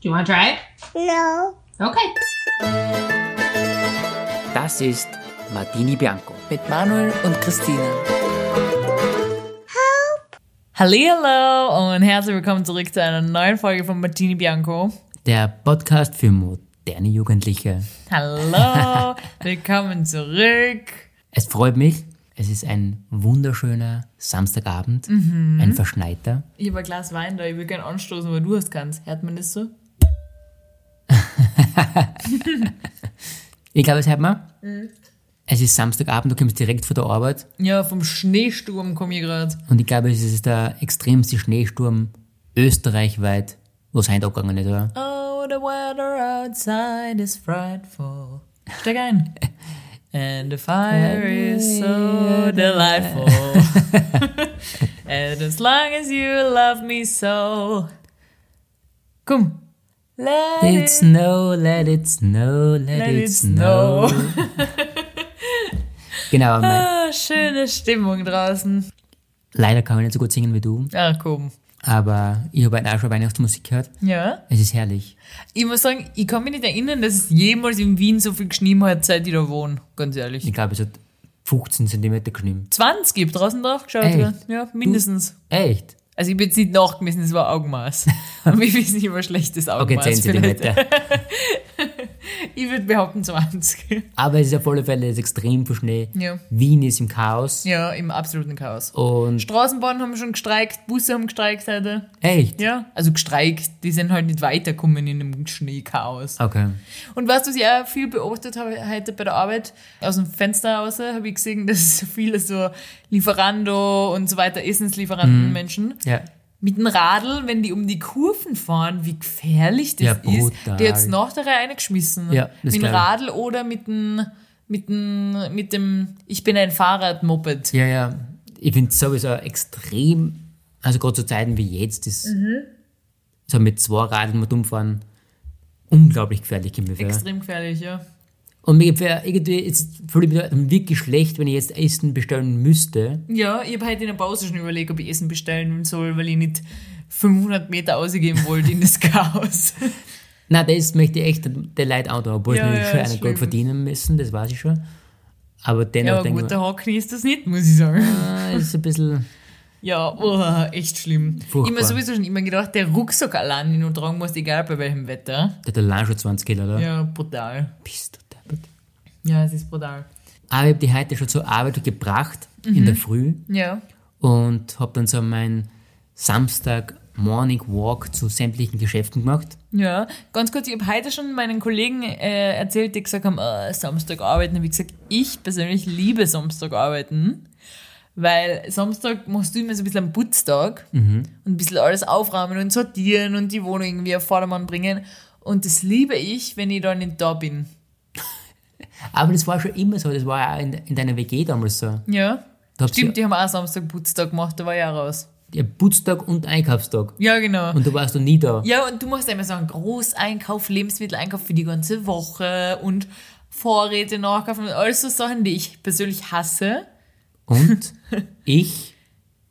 Do you want to try it? No. Okay. Das ist Martini Bianco. mit Manuel und Christine. Hallo und herzlich willkommen zurück zu einer neuen Folge von Martini Bianco. Der Podcast für moderne Jugendliche. Hallo, willkommen zurück. Es freut mich. Es ist ein wunderschöner Samstagabend. Ein verschneiter. Ich habe ein Glas Wein da, ich will gerne anstoßen, weil du hast keins. Hört man das so? Ich glaube, es hört man. Es ist Samstagabend, du kommst direkt von der Arbeit. Ja, vom Schneesturm komme ich gerade. Und ich glaube, es ist der extremste Schneesturm österreichweit, was heute abgegangen ist, oder? Oh, the weather outside is frightful. Steig ein. And the fire is so delightful. And as long as you love me so. Komm. Let Let it it, snow, let it snow, let, let it, snow. Genau, mein, Ah, schöne Stimmung draußen. leider kann ich nicht so gut singen wie du, Ah, komm. aber ich habe heute auch schon Weihnachtsmusik gehört. Ja. Es ist herrlich. Ich muss sagen, ich kann mich nicht erinnern, dass es jemals in Wien so viel geschnien hat, seit ich da wohne. Ganz ehrlich. Ich glaube, es hat 15 cm geschnitten. 20 gibt draußen drauf geschaut. Echt? Ja, ja mindestens. Echt? Also ich bin jetzt nicht nachgemessen, es war Augenmaß. Aber ich weiß nicht, was schlechtes Okay, Augenmaß 10 vielleicht. cm. Ich würde behaupten 20. Aber es ist auf alle Fälle es ist extrem viel Schnee. Ja. Wien ist im Chaos. Ja, im absoluten Chaos. Und Straßenbahnen haben schon gestreikt, Busse haben gestreikt heute. echt? Ja, also gestreikt, die sind halt nicht weitergekommen in dem Schneechaos. Okay. Und weißt du, was ich auch viel beobachtet habe heute bei der Arbeit, aus dem Fenster raus, habe ich gesehen, dass so viele so Lieferando und so weiter, Essenslieferanten-Menschen, Ja. mit dem Radl, wenn die um die Kurven fahren, wie gefährlich das Ja, ist. brutal. Die hat's noch da reingeschmissen. Ja, das mit dem glaub ich. Radl oder mit dem, mit dem, mit dem Ich bin ein Fahrrad-Moped. Ja, ja. Ich finde sowieso extrem, also gerade zu Zeiten wie jetzt, ist Mhm. so mit zwei Radeln mit umfahren, unglaublich gefährlich im Gefühl. Extrem gefährlich, ja. Und mir gefällt irgendwie, jetzt fühle ich mich dann wirklich schlecht, wenn ich jetzt Essen bestellen müsste. Ja, ich habe heute in der Pause schon überlegt, ob ich Essen bestellen soll, weil ich nicht 500 Meter ausgehen wollte in das Chaos. Na, das möchte ich echt der Leid auch da, obwohl Ja, ich natürlich ja, schon ist einen schlimm. Geld verdienen müssen, das weiß ich schon. Aber dennoch ja, aber denke ich, guter mir, Hockney ist das nicht, muss ich sagen. ah, ist ein bisschen. Ja, oh, echt schlimm. Furchtbar. Ich habe mir sowieso schon immer gedacht, der Rucksack allein, den du tragen musst, egal bei welchem Wetter. Der hat allein schon 20 Kilo, oder? Ja, brutal. Bist du deppert. Ja, es ist brutal. Aber ich habe die heute schon zur Arbeit gebracht, Mhm. in der Früh, Ja. und habe dann so meinen Samstag Morning Walk zu sämtlichen Geschäften gemacht. Ja, ganz kurz, ich habe heute schon meinen Kollegen äh, erzählt, die gesagt haben, äh, Samstag arbeiten. Wie gesagt, ich persönlich liebe Samstag arbeiten, weil Samstag machst du immer so ein bisschen am Putztag und ein bisschen alles aufräumen und sortieren und die Wohnung irgendwie auf Vordermann bringen. Und das liebe ich, wenn ich da nicht da bin. Aber das war schon immer so, das war ja auch in, in deiner WG damals so. Ja. Da habt Stimmt, ihr die haben auch Samstag Putztag gemacht, da war ich auch raus. ihr habt Putztag und Einkaufstag. Ja, genau. Und du warst noch nie da. Ja, und du machst immer so einen Großeinkauf, Lebensmitteleinkauf für die ganze Woche und Vorräte nachkaufen und alles so Sachen, die ich persönlich hasse. Und ich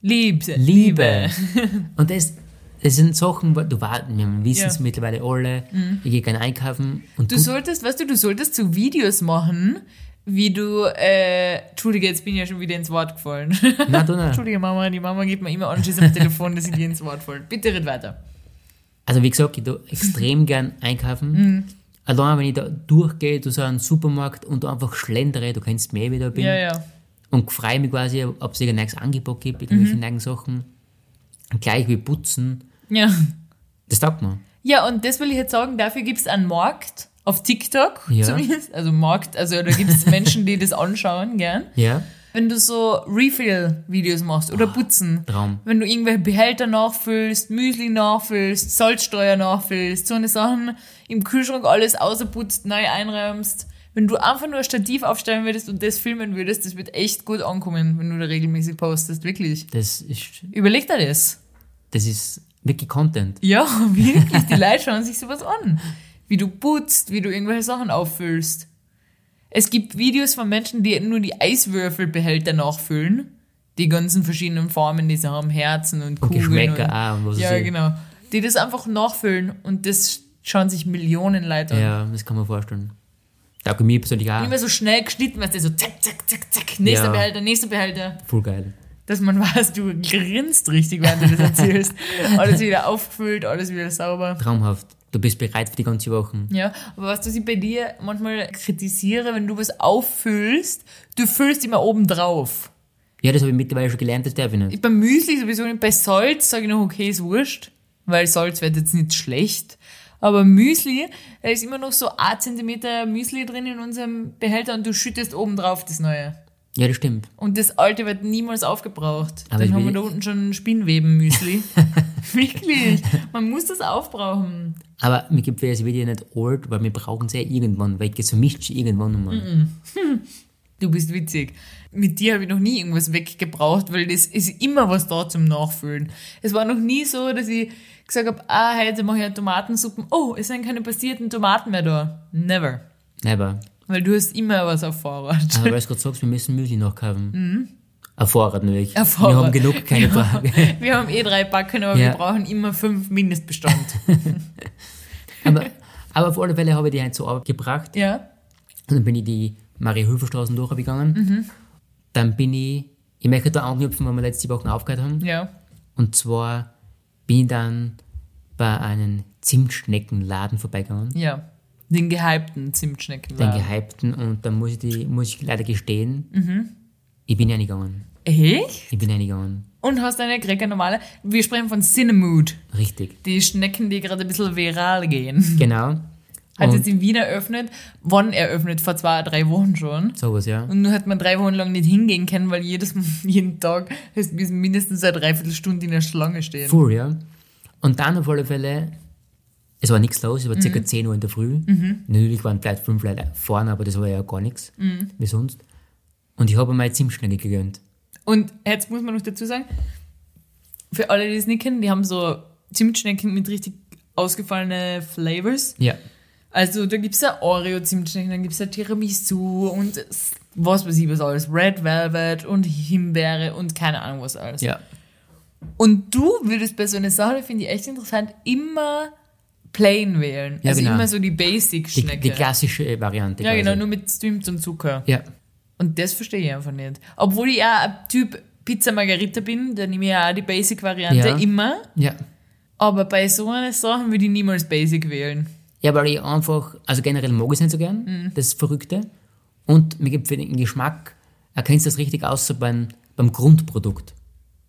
Liebe. liebe. Und das, das sind Sachen, wo- du warst, wir wissen es Ja. Mhm. mittlerweile alle, ich gehe gerne einkaufen und Du solltest, weißt du, du solltest so Videos machen, wie du, äh, Entschuldige, jetzt bin ich ja schon wieder ins Wort gefallen. Na, du, na. Entschuldige, Mama, die Mama gibt mir immer anschließend am Telefon, dass ich dir ins Wort falle. Bitte red weiter. Also wie gesagt, ich tue extrem gern einkaufen. Mhm. Allein wenn ich da durchgehe, du so einen Supermarkt und da einfach schlendere, du kennst mich, eh, wie ich da bin. Ja, ja. Und freue mich quasi, ob es irgendein neues Angebot gibt, irgendwelche Mhm. neuen Sachen. Gleich wie putzen. Ja. Das taugt man. Ja, und das will ich jetzt sagen, dafür gibt's einen Markt auf TikTok Ja. zumindest. Also Markt, also da gibt's Menschen, die das anschauen, gern. Ja. Wenn du so Refill-Videos machst oder Putzen. Traum. Wenn du irgendwelche Behälter nachfüllst, Müsli nachfüllst, Salzstreuer nachfüllst, so eine Sachen im Kühlschrank alles außerputzt, neu einräumst. Wenn du einfach nur ein Stativ aufstellen würdest und das filmen würdest, das wird echt gut ankommen, wenn du da regelmäßig postest, wirklich. Das ist, Überleg dir das. das ist wirklich Content. Ja, wirklich. Die Leute schauen sich sowas an. Wie du putzt, wie du irgendwelche Sachen auffüllst. Es gibt Videos von Menschen, die nur die Eiswürfelbehälter nachfüllen. Die ganzen verschiedenen Formen, die sie haben, Herzen und Und Kugeln. Geschmäcker und, auch und was weiß genau. ja, ich. genau. Die das einfach nachfüllen und das schauen sich Millionen Leute an. Ja, das kann man vorstellen. Da bei mir persönlich auch Immer so schnell geschnitten, weißt du, so zack, zack, zack, zack, nächster Ja. Behälter, nächster Behälter. voll geil. Dass man weiß, du grinst richtig, während du das erzählst. alles wieder aufgefüllt, alles wieder sauber. Traumhaft. Du bist bereit für die ganze Woche. Ja, aber was du sie bei dir manchmal kritisiere, wenn du was auffüllst, du füllst immer oben drauf. Ja, das habe ich mittlerweile schon gelernt, das darf ich nicht. Ich- Beim Müsli sowieso nicht. Bei Salz sage ich noch, okay, ist wurscht, weil Salz wird jetzt nicht schlecht. Aber Müsli, da ist immer noch so ein Zentimeter Müsli drin in unserem Behälter und du schüttest oben drauf das Neue. Ja, das stimmt. Und das alte wird niemals aufgebraucht. Aber ich Dann haben wir will- da unten schon Spinnweben-Müsli. Wirklich, man muss das aufbrauchen. Aber mir gibt es wieder nicht alt, weil wir brauchen es ja irgendwann, weil es vermischt sich irgendwann einmal. Du bist witzig. Mit dir habe ich noch nie irgendwas weggebraucht, weil das ist immer was da zum Nachfüllen. Es war noch nie so, dass ich gesagt habe, ah, heute mache ich eine Tomatensuppe. Oh, es sind keine passierten Tomaten mehr da. Never. Never. Weil du hast immer was auf Vorrat. Aber weil du gerade sagst, wir müssen Müsli nachkaufen. Ein Vorrat natürlich. Mm. Ein Vorrat. Wir haben genug, keine Frage. Wir haben eh drei Packen, aber Ja. wir brauchen immer fünf Mindestbestand. Aber, aber auf alle Fälle habe ich die heute zur Arbeit gebracht. ja? Und dann bin ich die Marie-Höfer-Straßen durchgegangen. Mhm. Dann bin ich, ich möchte da anknüpfen, weil wir letzte Woche aufgehört haben. Ja. Und zwar bin ich dann bei einem Zimtschneckenladen vorbeigegangen, Ja. Den gehypten Zimtschnecken. den gehypten, und dann muss ich, die, muss ich leider gestehen, Mhm. ich bin reingegangen. Echt? Ich bin reingegangen. Und hast eine Gregor normale. Wir sprechen von Cinemood. Richtig. Die Schnecken, die gerade ein bisschen viral gehen. Genau. Hat Und- jetzt in Wien eröffnet, wann eröffnet? Vor zwei, drei Wochen schon. Sowas, ja. Und nur hat man drei Wochen lang nicht hingehen können, weil jedes, jeden Tag hast du mindestens eine Dreiviertelstunde in der Schlange stehen. Full, ja. Und dann auf alle Fälle, es war nichts los, es Mhm. war circa 10 Uhr in der Früh. Natürlich waren vielleicht fünf Leute vorne, aber das war ja gar nichts, Mhm. wie sonst. Und ich habe mir meine Zimtschnecke gegönnt. Und jetzt muss man noch dazu sagen, für alle, die es nicht kennen, die haben so Zimtschnecken mit richtig ausgefallene Flavors. Ja. Also da gibt's ja Oreo-Zimtschnecken, dann gibt's ja Tiramisu und s- was weiß ich was alles. Red Velvet und Himbeere und keine Ahnung was alles. Ja. Und du würdest bei so einer Sache, finde ich echt interessant, immer plain wählen. Ja, also genau. immer so die Die, Basic-Schnecke. die klassische äh, Variante. ja, quasi. genau, nur mit Streams und Zucker. Ja, Und das verstehe ich einfach nicht. Obwohl ich ja ein Typ Pizza Margarita bin, da nehme ich ja auch die Basic-Variante Ja. immer. ja. Aber bei so einer Sache würde ich niemals Basic wählen. Ja, weil ich einfach, also generell mag ich es nicht so gern, Mhm. das ist Verrückte. Und mir gibt für den Geschmack, erkennst du das richtig außer beim, beim Grundprodukt.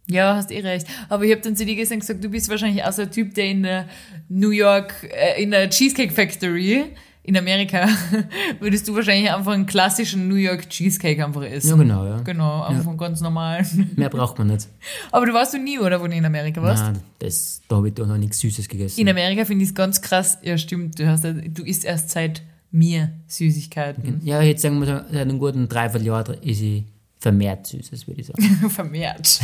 Ja, hast eh recht. Aber ich habe dann zu dir gestern gesagt, du bist wahrscheinlich auch so ein Typ, der in der New York, äh, in der Cheesecake Factory in Amerika, würdest du wahrscheinlich einfach einen klassischen New York Cheesecake einfach essen. Ja, genau, ja. Genau, einfach ganz normal. Mehr braucht man nicht. Aber du warst du nie, oder, wo du in Amerika warst? Nein, das, da habe ich doch noch nichts Süßes gegessen. In Amerika finde ich es ganz krass. Ja, stimmt, du, hast, ja- du isst erst seit mir Süßigkeiten. Ja, jetzt sagen wir so, seit einem guten Dreivierteljahr ist sie vermehrt Süßes, würde ich sagen. Vermehrt.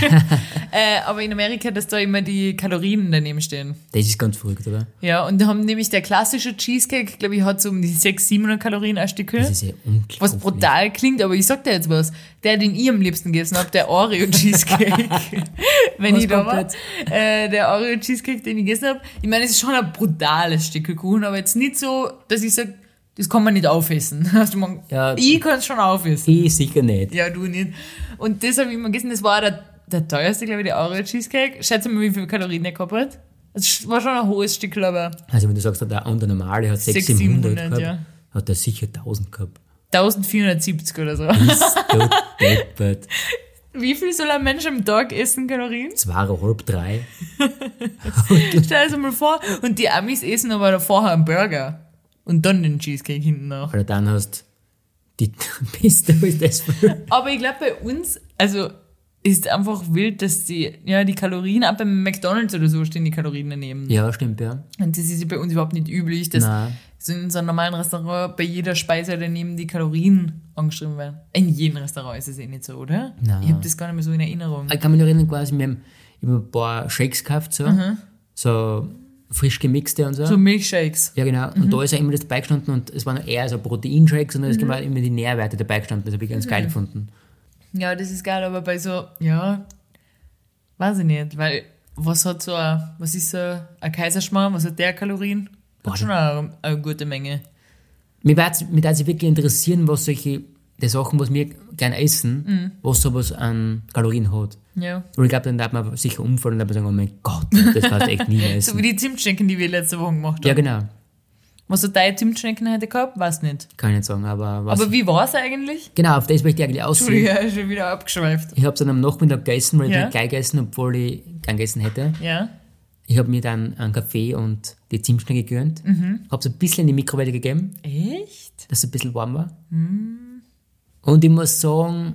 äh, aber in Amerika, dass da immer die Kalorien daneben stehen. Das ist ganz verrückt, oder? Ja, und da haben nämlich der klassische Cheesecake, glaube ich, hat so um die 600, 700 Kalorien ein Stückel. Das ist ja unglaublich. Was brutal klingt, aber ich sag dir jetzt was. Der, den ich am liebsten gegessen hab, der Oreo-Cheesecake. Wenn Was ich da kommt war, jetzt? äh, der Oreo-Cheesecake, den ich gegessen hab. Ich meine, es ist schon ein brutales Stück Kuchen, aber jetzt nicht so, dass ich sag, das kann man nicht aufessen. Hast du mal, Ja. ich kann es schon aufessen. Ich sicher nicht. Ja, du nicht. Und das habe ich immer gegessen, das war der, der teuerste, glaube ich, der Oreo-Cheesecake. Schätze mal, wie viele Kalorien der gehabt hat. Es war schon ein hohes Stück, aber Also wenn du sagst, der, und der normale hat 600, 600 gehabt, ja. hat er sicher 1000 gehabt. 1470 oder so. Ist du deppert. Wie viel soll ein Mensch am Tag essen, Kalorien? Zweieinhalb, drei. Stell dir mal vor, und die Amis essen aber da vorher einen Burger und dann den Cheesecake hinten nach. Weil du dann hast die Piste, was ist das für... Aber ich glaube, bei uns, also ist einfach wild, dass die, ja, die Kalorien, auch beim McDonalds oder so stehen die Kalorien daneben. Ja, stimmt, ja. Und das ist ja bei uns überhaupt nicht üblich, dass Nein. so in so einem normalen Restaurant bei jeder Speise daneben die Kalorien angeschrieben werden. In jedem Restaurant ist es eh nicht so, oder? Nein. Ich habe das gar nicht mehr so in Erinnerung. Ich kann mich noch erinnern, quasi, wir haben, ich hab ein paar Shakes gekauft, so, so frisch gemixte und Mhm. so. So Milchshakes. Ja, genau. Und da ist ja immer das dabei gestanden und es waren eher so Proteinshakes und da ist immer immer die Nährwerte dabei gestanden. Das habe ich ganz geil gefunden. Ja, das ist geil, aber bei so, ja, weiß ich nicht, weil was hat so ein, was ist so ein Kaiserschmarrn, was hat der Kalorien? Boah, Hat schon eine, eine gute Menge. Mich würde es wirklich interessieren, was solche die Sachen, was wir gern essen, was sowas an Kalorien hat. Ja. Und ich glaube, dann darf man sicher umfallen und darf man sagen, oh mein Gott, das kannst du echt nie mehr So essen. wie die Zimtschnecken, die wir letzte Woche gemacht haben. ja, genau. Was so deine Zimtschnecken hätte gehabt, weiß nicht. Kann ich nicht sagen, aber was. Aber wie war es eigentlich? genau, auf das möchte ich eigentlich aussehen. Entschuldigung, ich bin schon wieder abgeschweift. Ich habe es dann am Nachmittag gegessen, weil ich Ja. nicht gleich gegessen, obwohl ich gern gegessen hätte. Ja. Ich habe mir dann einen Kaffee und die Zimtschnecke gegönnt. Mhm. Habe es ein bisschen in die Mikrowelle gegeben, Echt? dass es ein bisschen warm war. Mhm. Und ich muss sagen,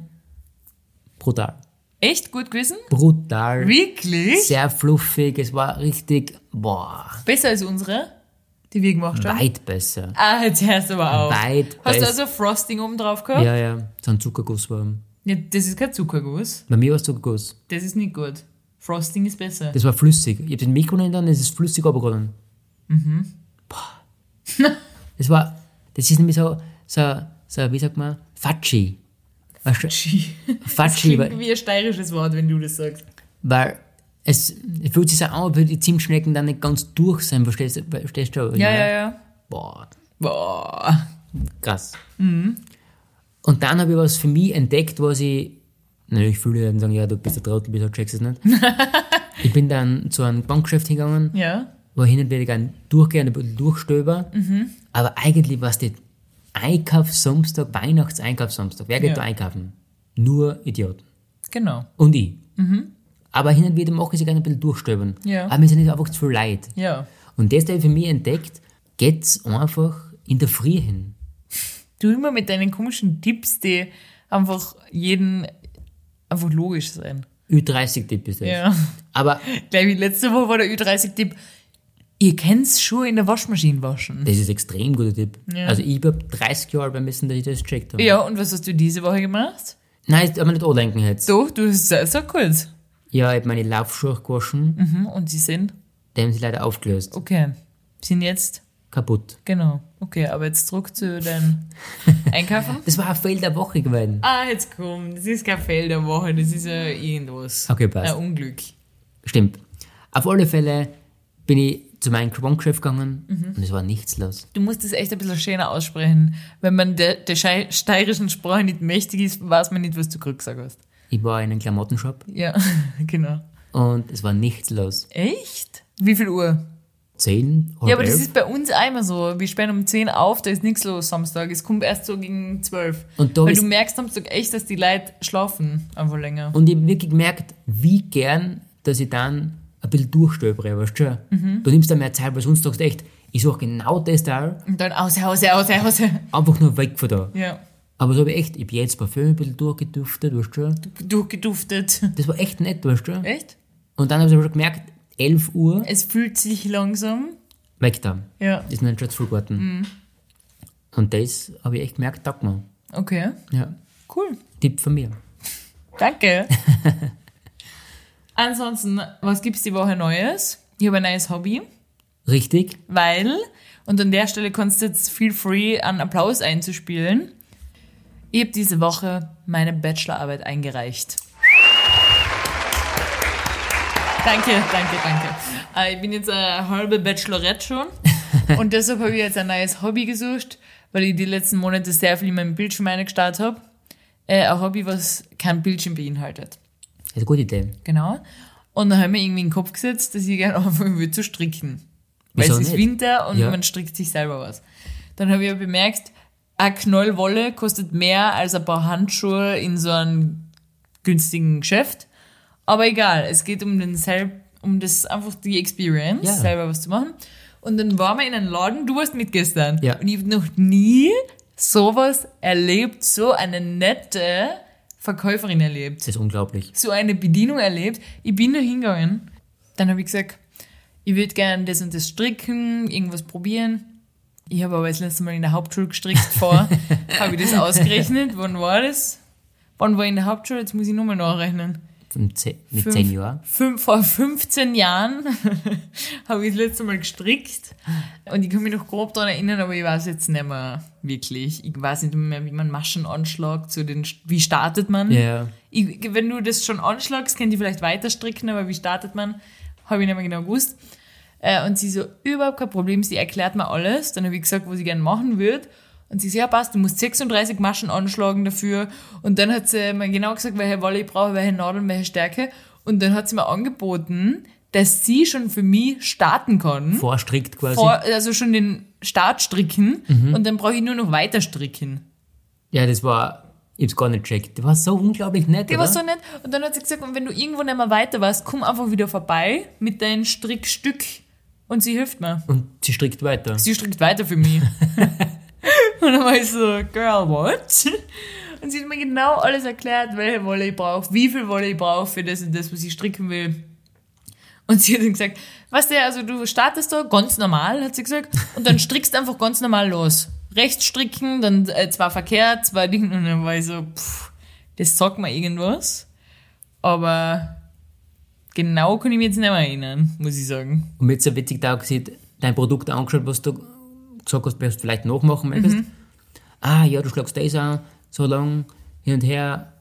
brutal. Echt gut gewesen? Brutal. Wirklich? Sehr fluffig. Es war richtig, boah, Besser als unsere, die wir gemacht haben. weit besser. Ah, jetzt hörst du aber auf. Weit Hast du besser. also Frosting oben drauf gehabt? Ja, ja, so ein Zuckerguss war. Ja, das ist kein Zuckerguss. Bei mir war es Zuckerguss. Das ist nicht gut. Frosting ist besser. Das war flüssig. Ich habe den Mikrowellen dann, es ist flüssig runtergegangen. Mhm. Boah. Das war, das ist nämlich so, so, so wie sagt man, Fatschi. Weißt du, Tschi. Das Fatschi, klingt weil, wie ein steirisches Wort, wenn du das sagst. weil es, es fühlt sich so an, als würden die Zimtschnecken dann nicht ganz durch sein, verstehst, du- verstehst du? Ja, ja, ja. Boah, Boah. krass. Mhm. Und dann habe ich was für mich entdeckt, was ich, natürlich viele werden sagen, ja, du bist ein Trottel, du checkst es nicht. ich bin dann zu einem Bankgeschäft hingegangen Ja. wo ich hin und wieder gerne durchgehe und ein bisschen durchstöber. Mhm. Aber eigentlich war es der Einkaufssamstag, Weihnachtseinkaufssamstag. Wer geht Ja. da einkaufen? Nur Idioten. Genau. Und ich. Aber hin und wieder mache ich sie gerne ein bisschen durchstöbern. Mhm. Ja. Aber mir sind nicht einfach zu viel leid. Ja. Und das habe ich für mich entdeckt, geht's einfach in der Früh hin. Du immer mit deinen komischen Tipps, die einfach jeden einfach logisch sein. Ü30-Tipp ist das. Ja. Aber Gleich wie letzte Woche war der Ü30-Tipp. Ihr könnt's Schuhe in der Waschmaschine waschen. das ist ein extrem guter Tipp. Ja. Also ich habe 30 Jahre beim Wissen, dass ich das gecheckt habe. Ja, und was hast du diese Woche gemacht? Nein, ich habe mir nicht andenken jetzt. Doch, du hast so kurz. Ja, ich habe meine Laufschuhe gewaschen, Mhm, und sie sind? die haben sich leider aufgelöst. Okay. Sind jetzt? kaputt. Genau. Okay, aber jetzt zurück zu deinem Einkaufen. Das war ein Fail der Woche geworden. Ah, jetzt komm, das ist kein Fail der Woche, das ist ja irgendwas. Okay, passt. Ein Unglück. Stimmt. Auf alle Fälle bin ich zu meinem Bankgeschäft gegangen Mhm. und es war nichts los. Du musst es echt ein bisschen schöner aussprechen. Wenn man der, der schei- steirischen Sprache nicht mächtig ist, weiß man nicht, was du gerade gesagt hast. Ich war in einem Klamottenshop Ja, genau. und es war nichts los. Echt? Wie viel Uhr? Zehn, halb Ja, aber das elf. ist bei uns einmal so. Wir sperren um 10 auf, da ist nichts los Samstag. Es kommt erst so gegen 12. Und da Weil ist- du merkst Samstag echt, dass die Leute schlafen einfach länger. und ich habe wirklich gemerkt, wie gern, dass ich dann ein bisschen durchstöbere, weißt du schon? Mhm. Du nimmst da mehr Zeit, weil sonst sagst du echt, ich suche genau das da, Und dann aus, aus, aus, aus. einfach nur weg von da. Ja, Aber so habe ich echt, ich habe jetzt Parfüm ein bisschen durchgeduftet, weißt du schon? durchgeduftet. Das war echt nett, weißt du schon? Echt? Und dann habe ich aber schon gemerkt, 11 Uhr, Es fühlt sich langsam. weg da. Ja, ist mein Schwarzfurgarten. Mhm. Und das habe ich echt gemerkt, taugt mir. okay. Ja. Cool. Tipp von mir. Danke. Ansonsten, was gibt's die Woche Neues? Ich habe ein neues Hobby, Richtig? weil, und an der Stelle kannst du jetzt feel free, einen Applaus einzuspielen. Ich habe diese Woche meine Bachelorarbeit eingereicht. Danke, danke, danke. Äh, Ich bin jetzt eine halbe Bachelorette schon und deshalb habe ich jetzt ein neues Hobby gesucht, weil ich die letzten Monate sehr viel in meinem Bildschirm eingestarrt habe. Äh, Ein Hobby, was kein Bildschirm beinhaltet. Das ist eine gute Idee. Genau. Und dann habe ich mir irgendwie in den Kopf gesetzt, dass ich gerne anfangen würde zu stricken. Weil Wieso es ist nicht? Winter und Ja. man strickt sich selber was. Dann habe ich ja bemerkt, eine Knollwolle kostet mehr als ein paar Handschuhe in so einem günstigen Geschäft. Aber egal, es geht um den selb, um das einfach die Experience, Ja. selber was zu machen. Und dann waren wir in einem Laden, du warst mit gestern. Ja. Und ich habe noch nie sowas erlebt, so eine nette Verkäuferin erlebt Das ist unglaublich. so eine Bedienung erlebt. Ich bin da hingegangen. Dann habe ich gesagt, ich würde gerne das und das stricken, irgendwas probieren. Ich habe aber das letzte Mal in der Hauptschule gestrickt vor. habe ich das ausgerechnet? Wann war das? Wann war ich in der Hauptschule? Jetzt muss ich nochmal nachrechnen. Von ze mit Fünf. zehn Jahren. Fünf, vor 15 Jahren habe ich das letzte Mal gestrickt. Und ich kann mich noch grob daran erinnern, aber ich weiß jetzt nicht mehr wirklich. Ich weiß nicht mehr, wie man Maschen anschlägt, zu den, wie startet man. Ja. Ich, wenn du das schon anschlagst, kann die vielleicht weiter stricken, aber wie startet man? Habe ich nicht mehr genau gewusst. Äh, und sie so, überhaupt kein Problem, sie erklärt mir alles. Dann habe ich gesagt, was sie gerne machen würde. Und sie so, ja passt, du musst 36 Maschen anschlagen dafür. Und dann hat sie mir genau gesagt, welche Wolle ich brauche, welche Nadeln, welche Stärke. Und dann hat sie mir angeboten, dass sie schon für mich starten kann. Vorstrickt quasi. Vor, also schon den Start stricken. Und dann brauche ich nur noch weiter stricken. Ja, das war, ich hab's gar nicht checkt. Das war so unglaublich nett, Die oder? war so nett. Und dann hat sie gesagt, und wenn du irgendwo nicht mehr weiter warst, komm einfach wieder vorbei mit deinem Strickstück. Und sie hilft mir. Und sie strickt weiter. Sie strickt weiter für mich. und dann war ich so, Girl, what? Und sie hat mir genau alles erklärt, welche Wolle ich brauche, wie viel Wolle ich brauche für das und das, was ich stricken will. Und sie hat dann gesagt, weißt du, also du startest da ganz normal, hat sie gesagt, und dann strickst einfach ganz normal los. Rechts stricken, dann äh, zwar verkehrt, zwar Ding, und dann war ich so, pff, das sagt mir irgendwas. Aber genau kann ich mich jetzt nicht mehr erinnern, muss ich sagen. Und mir hat so witzig da gesehen, dein Produkt angeschaut, was du gesagt hast, was du vielleicht nachmachen möchtest. Mhm. Ah, ja, du schlagst das an, so lang, hin und her.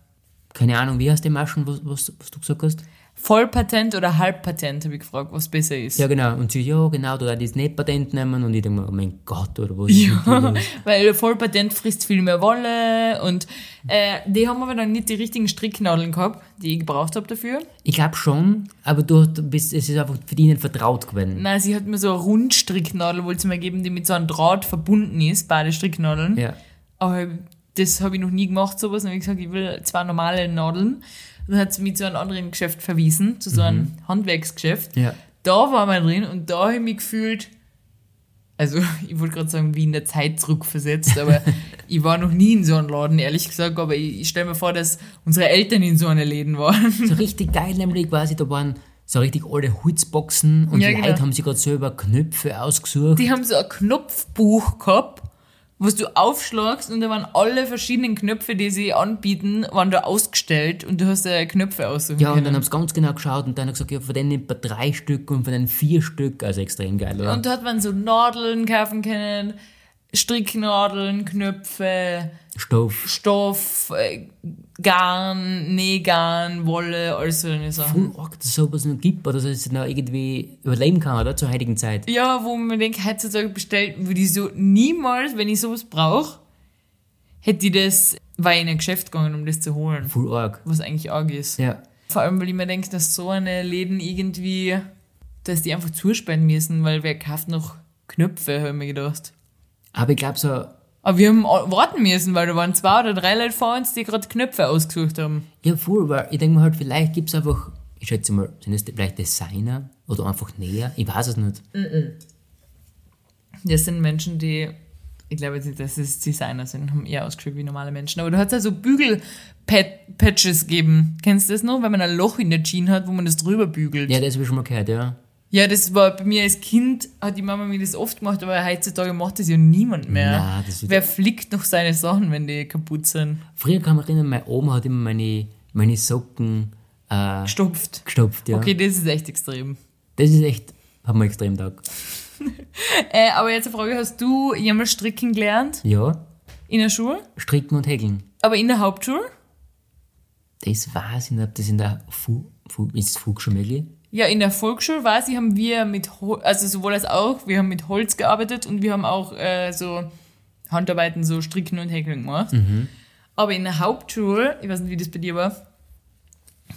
Keine Ahnung, wie heißt die Maschen, was, was, was du gesagt hast? Vollpatent oder Halbpatent, habe ich gefragt, was besser ist. Ja, genau. Und sie, ja, genau, du darfst nicht Patent nehmen. Und ich denke mir, oh mein Gott, oder was? Ja, weil Vollpatent frisst viel mehr Wolle und äh, die haben aber dann nicht die richtigen Stricknadeln gehabt, die ich gebraucht habe dafür. Ich glaube schon, aber du hast- du bist, es ist einfach für die ihnen vertraut geworden. Na, sie hat mir so eine Rundstricknadel, wollte sie mir geben, die mit so einem Draht verbunden ist, beide Stricknadeln. Ja. Aber Ähm, das habe ich noch nie gemacht, sowas. Dann habe ich gesagt, ich will zwei normale Nadeln. Dann hat sie mich zu einem anderen Geschäft verwiesen, zu so einem Handwerksgeschäft. Mhm. Ja. Da war man drin und da habe ich mich gefühlt, also ich wollte gerade sagen, wie in der Zeit zurückversetzt, aber ich war noch nie in so einem Laden, ehrlich gesagt, aber ich, ich stelle mir vor, dass unsere Eltern in so einer Läden waren. So richtig geil, nämlich quasi, da waren so richtig alte Holzboxen und Ja, die genau. Leute haben sich gerade selber Knöpfe ausgesucht. Die haben so ein Knopfbuch gehabt, was du aufschlagst und da waren alle verschiedenen Knöpfe, die sie anbieten, waren da ausgestellt und du hast äh, Knöpfe aussuchen ja, und können. dann haben sie ganz genau geschaut und dann haben gesagt, ja, von denen nimmt man drei Stück und von denen vier Stück, also extrem geil, oder? Und dort waren so Nadeln kaufen können, Stricknadeln, Knöpfe, Stoff. Stoff, äh, Garn, Nähgarn, Wolle, all so eine Sachen. Voll arg, dass es sowas noch gibt, oder dass es noch irgendwie überleben kann, oder? Zur heutigen Zeit. Ja, wo man denkt, heutzutage bestellt würde ich so niemals, wenn ich sowas brauche, hätte ich das, war ich in ein Geschäft gegangen, um das zu holen. Voll arg. Was eigentlich arg ist. Ja. Vor allem, weil ich mir denke, dass so eine Läden irgendwie, dass die einfach zusperren müssen, weil wer kauft noch Knöpfe, habe ich mir gedacht. Aber ich glaube so, Aber wir haben au- warten müssen, weil da waren zwei oder drei Leute vor uns, die gerade Knöpfe ausgesucht haben. Ja, voll, weil ich denke mir halt, vielleicht gibt es einfach, ich schätze mal, sind es vielleicht Designer oder einfach Näher, ich weiß es nicht. Mhm. Das sind Menschen, die, ich glaube jetzt nicht, dass es Designer sind, haben eher ausgeschrieben wie normale Menschen. Aber du hast ja so Bügelpatches geben. Kennst du das noch? Wenn man ein Loch in der Jeans hat, wo man das drüber bügelt. Ja, das habe ich schon mal gehört, ja. Ja, das war bei mir als Kind, hat die Mama mir das oft gemacht, aber heutzutage macht das ja niemand mehr. Na, das wird- Wer flickt noch seine Sachen, wenn die kaputt sind? Früher kann ich mich erinnern, meine Oma hat immer meine, meine Socken äh, Stopft. gestopft, ja. Okay, das ist echt extrem. Das ist echt, hat mir extrem taugt. Äh, aber jetzt eine Frage, hast du jemals stricken gelernt? Ja, In der Schule? stricken und häkeln. Aber in der Hauptschule? Das weiß ich nicht, ob das in der Fu, Fu, ist Fug schon möglich? Ja, in der Volksschule war sie, haben wir mit, Hol- also sowohl als auch, wir haben mit Holz gearbeitet und wir haben auch äh, so Handarbeiten, so Stricken und Häkeln gemacht. Aber in der Hauptschule, ich weiß nicht, wie das bei dir war,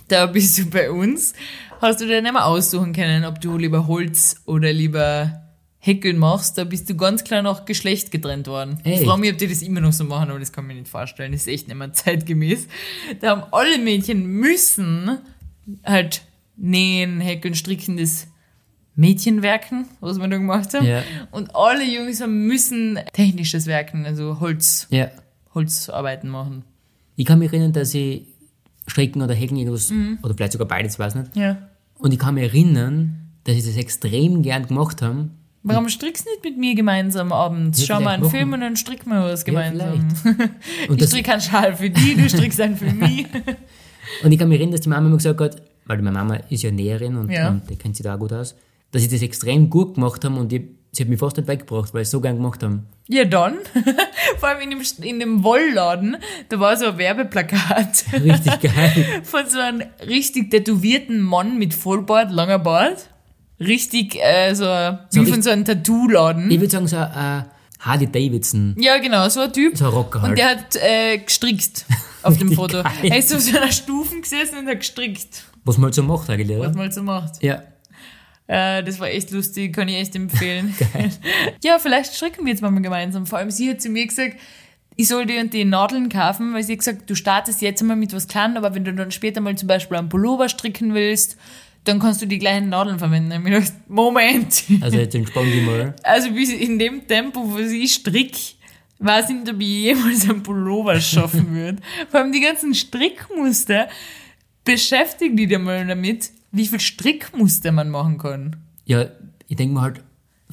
da bist du bei uns, hast du dir nicht mehr aussuchen können, ob du lieber Holz oder lieber Häkeln machst. Da bist du ganz klar nach Geschlecht getrennt worden. Echt? Ich frage mich, ob die das immer noch so machen, aber das kann ich mir nicht vorstellen. Das ist echt nicht mehr zeitgemäß. Da haben alle Mädchen müssen halt nähen, häkeln, stricken, das Mädchenwerken, was wir da gemacht haben. Ja. Und alle Jungs haben müssen technisches Werken, also Holz, Ja. Holzarbeiten machen. Ich kann mich erinnern, dass ich stricken oder häkeln irgendwas, Mhm. oder vielleicht sogar beides, weiß nicht. Ja. Und ich kann mich erinnern, dass ich das extrem gern gemacht habe. Warum strickst du nicht mit mir gemeinsam abends? Ja, Schau mal vielleicht einen machen Film und dann stricken wir was gemeinsam. Und ich das strick einen Schal für die, du strickst einen für mich. Und ich kann mich erinnern, dass die Mama immer gesagt hat, weil meine Mama ist ja Näherin und, Ja. und die kennt sich da auch gut aus, dass sie das extrem gut gemacht haben und ich, sie hat mich fast nicht weggebracht, weil sie es so gern gemacht haben. Ja, dann. Vor allem in dem, in dem Wollladen, da war so ein Werbeplakat Richtig geil. von so einem richtig tätowierten Mann mit Vollbart, langer Bart. richtig, äh, so, wie richtig- von so einem Tattoo-Laden. Ich würde sagen, so ein äh, Harley Davidson, Ja, genau, so ein Typ. so ein Rocker Und halt. der hat äh, gestrickt auf dem Richtig Foto. geil. Er ist auf so einer Stufen gesessen und hat gestrickt. was man halt so macht eigentlich, Was oder? man halt so macht. Ja. Äh, das war echt lustig, kann ich echt empfehlen. ja, vielleicht stricken wir jetzt mal gemeinsam. Vor allem sie hat zu mir gesagt, ich soll dir und die Nadeln kaufen, weil sie hat gesagt, du startest jetzt einmal mit was kleinem, aber wenn du dann später mal zum Beispiel einen Pullover stricken willst, dann kannst du die gleichen Nadeln verwenden. Und ich hab mir gedacht, Moment. Also jetzt entspann dich mal. Also bis in dem Tempo, wo sie strick, weiß ich nicht, ob ich jemals einen Pullover schaffen würde. Vor allem die ganzen Strickmuster, beschäftigen die dir mal damit, wie viel Strickmuster man machen kann. Ja, ich denke mir halt,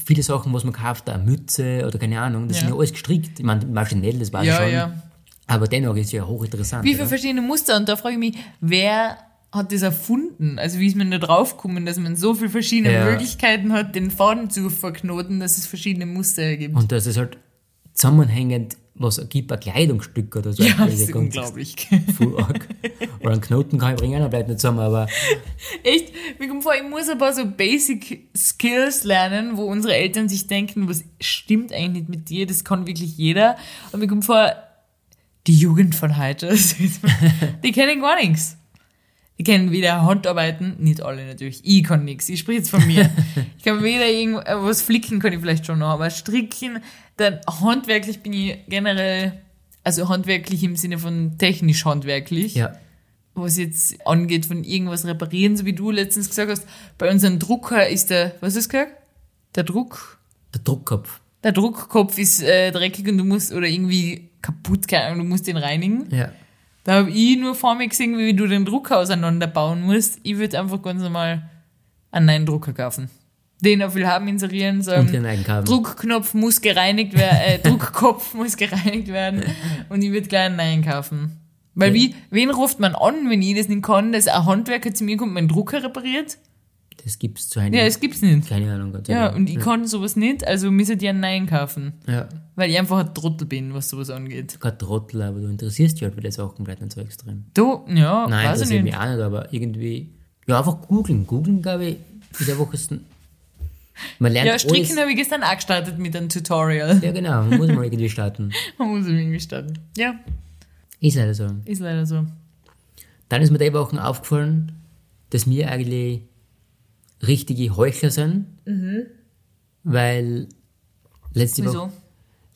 viele Sachen, was man kauft, eine Mütze oder keine Ahnung, das Ja. sind ja alles gestrickt. Ich meine, maschinell, das war Ja, schon. ja. Aber dennoch ist ja hochinteressant. Wie viele oder? verschiedene Muster? Und da frage ich mich, wer hat das erfunden? Also wie ist man da draufgekommen, dass man so viele verschiedene Ja. Möglichkeiten hat, den Faden zu verknoten, dass es verschiedene Muster gibt? Und dass es halt zusammenhängend was ergibt, ein Kleidungsstück oder so. ja, das Diese ist Kontext. unglaublich. Voll arg. Oder einen Knoten kann ich bringen, dann bleibt nicht zusammen, aber Echt, mir kommt vor, ich muss ein paar so Basic Skills lernen, wo unsere Eltern sich denken, was stimmt eigentlich nicht mit dir, das kann wirklich jeder. Und mir kommt vor, die Jugend von heute, die kennen gar nichts. Die kennen weder Handarbeiten, nicht alle natürlich, ich kann nichts, ich spreche jetzt von mir. Ich kann weder irgendwas flicken, kann ich vielleicht schon noch, aber stricken, dann handwerklich bin ich generell, also handwerklich im Sinne von technisch handwerklich ja. was jetzt angeht, von irgendwas reparieren, so wie du letztens gesagt hast, bei unserem Drucker ist der, was ist gesagt? Der Druck, Der Druckkopf. der Druckkopf ist äh, dreckig und du musst, oder irgendwie kaputt, keine Ahnung, du musst den reinigen. Ja. Da habe ich nur vor mir gesehen, wie du den Drucker auseinanderbauen musst. Ich würde einfach ganz normal einen neuen Drucker kaufen. Den auf Willhaben inserieren, sagen, Und den Eigenkabel. Druckknopf muss gereinigt werden, äh, Druckkopf muss gereinigt werden und ich würde gleich einen neuen kaufen. Weil Ja. wie, wen ruft man an, wenn ich das nicht kann, dass ein Handwerker zu mir kommt und meinen Drucker repariert? Das gibt's zu einem. Ja, das gibt's nicht. keine Ahnung, Gott sei Ja, Dank. und ich kann sowas nicht, also müsste ich einen neuen kaufen. Ja. Weil ich einfach ein Trottel bin, was sowas angeht. Kein Trottel, aber du interessierst dich halt für die Sachen bleibt nicht so extrem. Du, ja, Nein, Oh, weiß das ich ist nicht. mich auch nicht, aber irgendwie. Ja, einfach googeln. Googeln, glaube ich, ist einfach das. Man lernt Ja, Stricken alles. habe ich gestern auch gestartet mit einem Tutorial. Ja, genau, man muss mal irgendwie starten. Man muss irgendwie starten. Ja, Ist leider so. ist leider so. Dann ist mir die Woche aufgefallen, dass wir eigentlich richtige Heuchler sind, weil letzte Woche, Wieso?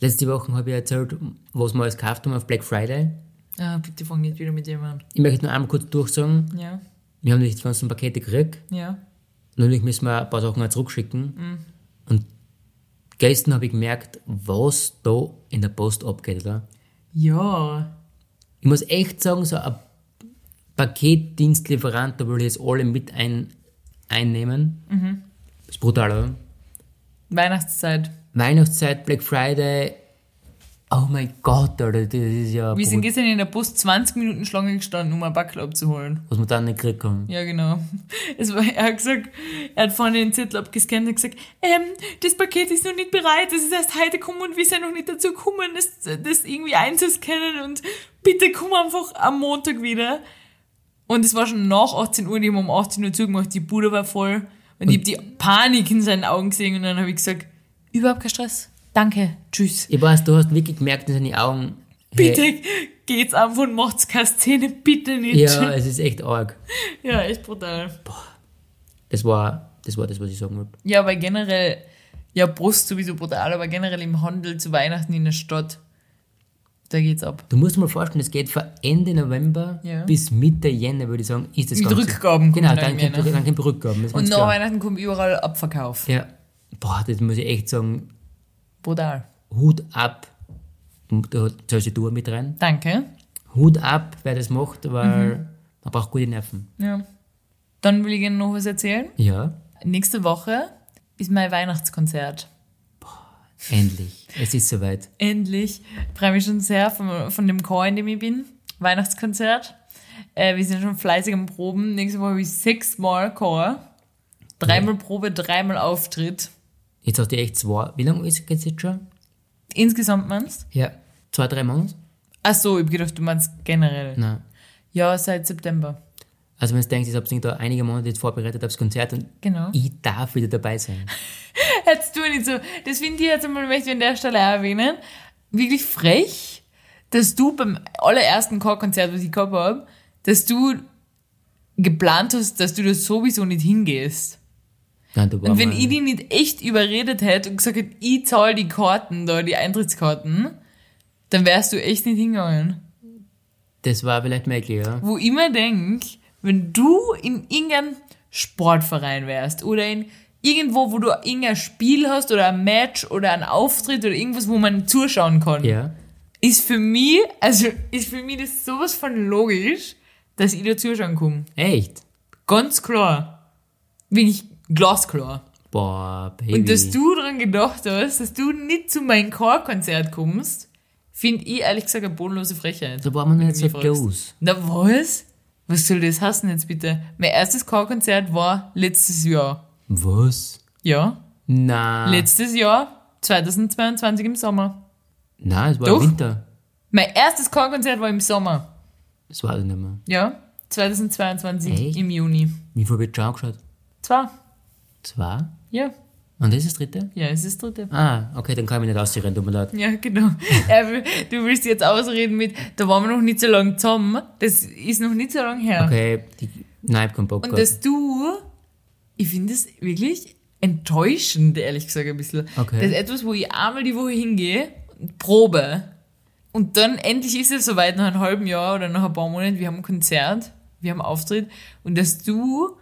letzte Woche habe ich erzählt, was wir alles gekauft haben auf Black Friday. Ah, bitte fang nicht wieder mit jemandem Ich möchte nur einmal kurz durchsagen, an. Ja, wir haben nicht die ganzen Pakete gekriegt, ja. natürlich müssen wir ein paar Sachen auch zurückschicken. Und gestern habe ich gemerkt, was da in der Post abgeht. Oder? Ja, Ich muss echt sagen, so ein Paketdienstlieferant, da will ich jetzt alle mit ein, einnehmen. Mhm. ist brutal, oder? Weihnachtszeit. Weihnachtszeit, Black Friday. Oh mein Gott, Alter, das ist ja. Wir sind brut- gestern in der Post 20 Minuten Schlange gestanden, um ein Backel abzuholen. was wir dann nicht gekriegt haben. Ja, genau. Es war, er hat gesagt, er hat vorne den Zettel abgescannt und gesagt, ähm, das Paket ist noch nicht bereit, das ist erst heute gekommen und wir sind noch nicht dazu gekommen, das, das irgendwie einzuscannen und bitte komm einfach am Montag wieder. Und es war schon nach 18 Uhr, die haben um 18 Uhr zugemacht, die Bude war voll und ich habe die Panik in seinen Augen gesehen und dann habe ich gesagt, überhaupt kein Stress, danke, tschüss. Ich weiß, du hast wirklich gemerkt in seinen Augen. hey, Bitte geht's einfach und macht's keine Szene, bitte nicht. Ja, es ist echt arg. Ja, echt brutal. Das war, das war das, was ich sagen wollte. Ja, aber generell, ja, Brust sowieso brutal, aber generell im Handel zu Weihnachten in der Stadt, da geht's ab. Du musst dir mal vorstellen, es geht von Ende November Ja. bis Mitte Jänner, würde ich sagen, ist das Mit Ganze. Rückgaben Genau, kommt dann dann kommt, mehr, dann kommt Rückgaben. Das ist Und ganz nach klar. Weihnachten kommt überall Abverkauf. Ja, boah, das muss ich echt sagen, Brutal. Hut ab. Und Da zählst du auch mit rein. Danke. Hut ab, wer das macht, Mhm. weil man braucht gute Nerven. Ja. Dann will ich gerne noch was erzählen. Ja, Nächste Woche ist mein Weihnachtskonzert. endlich. es ist soweit. Endlich. Freue mich schon sehr von, von dem Chor, in dem ich bin. Weihnachtskonzert. Äh, wir sind schon fleißig am Proben. Nächste Woche habe ich sechsmal Chor. Dreimal Probe, dreimal Auftritt. Jetzt hast du echt zwei. Wie lange ist es jetzt schon? Insgesamt meinst Ja. Zwei, drei Monate? Ach so, ich hab gedacht, du meinst generell. Nein. Ja, seit September. Also wenn du denkst, ich habe da einige Monate jetzt vorbereitet aufs Konzert und Genau. ich darf wieder dabei sein. Jetzt du nicht so. Das finde ich jetzt einmal, möchte ich an der Stelle auch erwähnen, wirklich frech, dass du beim allerersten Chorkonzert, was ich gehabt habe, dass du geplant hast, dass du da sowieso nicht hingehst. Nein, da war Und wenn mal- ich die nicht echt überredet hätte und gesagt hätte, ich zahle die Karten da, die Eintrittskarten, dann wärst du echt nicht hingegangen. das war vielleicht möglich, ja. Wo ich mir denk, wenn du in irgendeinem Sportverein wärst oder in irgendwo, wo du irgendein Spiel hast oder ein Match oder ein Auftritt oder irgendwas, wo man zuschauen kann, Ja. ist für mich, also ist für mich das sowas von logisch, dass ich da zuschauen kann. Echt? Ganz klar. Bin ich glasklar. Boah, Baby. Und dass du daran gedacht hast, dass du nicht zu meinem Chorkonzert kommst, finde ich ehrlich gesagt eine bodenlose Frechheit. da war man wenn nicht du so mich fragst. close. Na was? Was soll das heißen jetzt bitte? Mein erstes Chorkonzert war letztes Jahr. Was? Ja, Na. letztes Jahr, 2022 im Sommer. Na, es war Doch. Winter. Mein erstes Chorkonzert war im Sommer. Das war also nicht mehr. Ja, 2022 Echt? im Juni. Wie viel wird schon angeschaut? Zwei. Zwei? Ja, Und das ist das dritte? ja, es ist das dritte. Ah, okay, dann kann ich mich nicht aussehen, tut mir leid. Ja, genau. Er will- du willst jetzt ausreden mit, da waren wir noch nicht so lange zusammen. Das ist noch nicht so lange her. Okay, die, nein, ich hab keinen Bock Und gehabt. dass du, ich finde es wirklich enttäuschend, ehrlich gesagt, ein bisschen. Okay. Das ist etwas, wo ich einmal die Woche hingehe, probe. Und dann endlich ist es soweit, nach einem halben Jahr oder nach ein paar Monaten, wir haben ein Konzert, wir haben einen Auftritt. Und dass du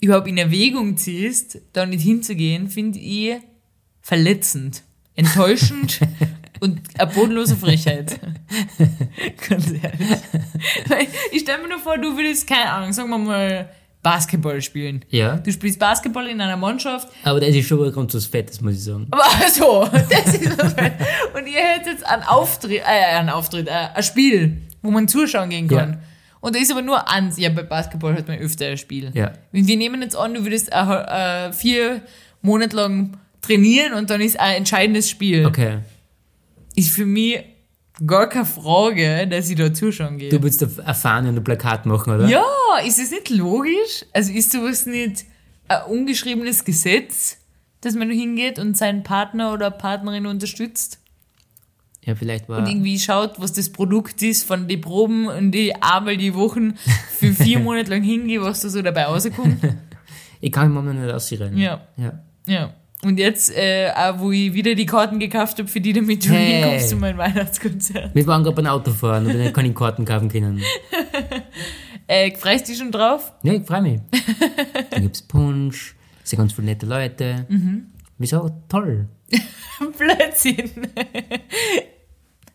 überhaupt in Erwägung ziehst, da nicht hinzugehen, finde ich verletzend, enttäuschend und eine bodenlose Frechheit. Ganz ehrlich. Weil Ich stelle mir nur vor, du würdest, keine Ahnung, sagen wir mal, Basketball spielen. Ja, Du spielst Basketball in einer Mannschaft, aber das ist schon mal ganz was Fettes, muss ich sagen. aber so, das ist was. Und ihr hättet jetzt einen Auftritt, äh, einen Auftritt, äh, ein Spiel, wo man zuschauen gehen kann. Ja. Und da ist aber nur eins, ja, bei Basketball hat man öfter ein Spiel. Ja. Und wir nehmen jetzt an, du würdest äh, äh, vier Monate lang trainieren und dann ist ein entscheidendes Spiel. Okay, Ist für mich gar keine Frage, dass ich da zuschauen gehe. du willst da erfahren und ein Plakat machen, oder? Ja, ist es nicht logisch? Also ist sowas nicht ein ungeschriebenes Gesetz, dass man da hingeht und seinen Partner oder Partnerin unterstützt Ja, vielleicht war... und irgendwie schaut, was das Produkt ist von den Proben und die einmal die Wochen für vier Monate lang hingehe, was da so dabei rauskommt. Ich kann mich momentan nicht aussehen. Ja, Ja. ja. Und jetzt, äh, auch wo ich wieder die Karten gekauft habe für die, damit du Hey. hinkommst zu meinem Weihnachtskonzert. Wir waren gerade beim Autofahren und dann kann ich Karten kaufen können. Äh, freust du dich schon drauf? Ja, ich freue mich. Da gibt's Punsch, es sind ganz viele nette Leute. Mhm. Wieso? Toll. Blödsinn.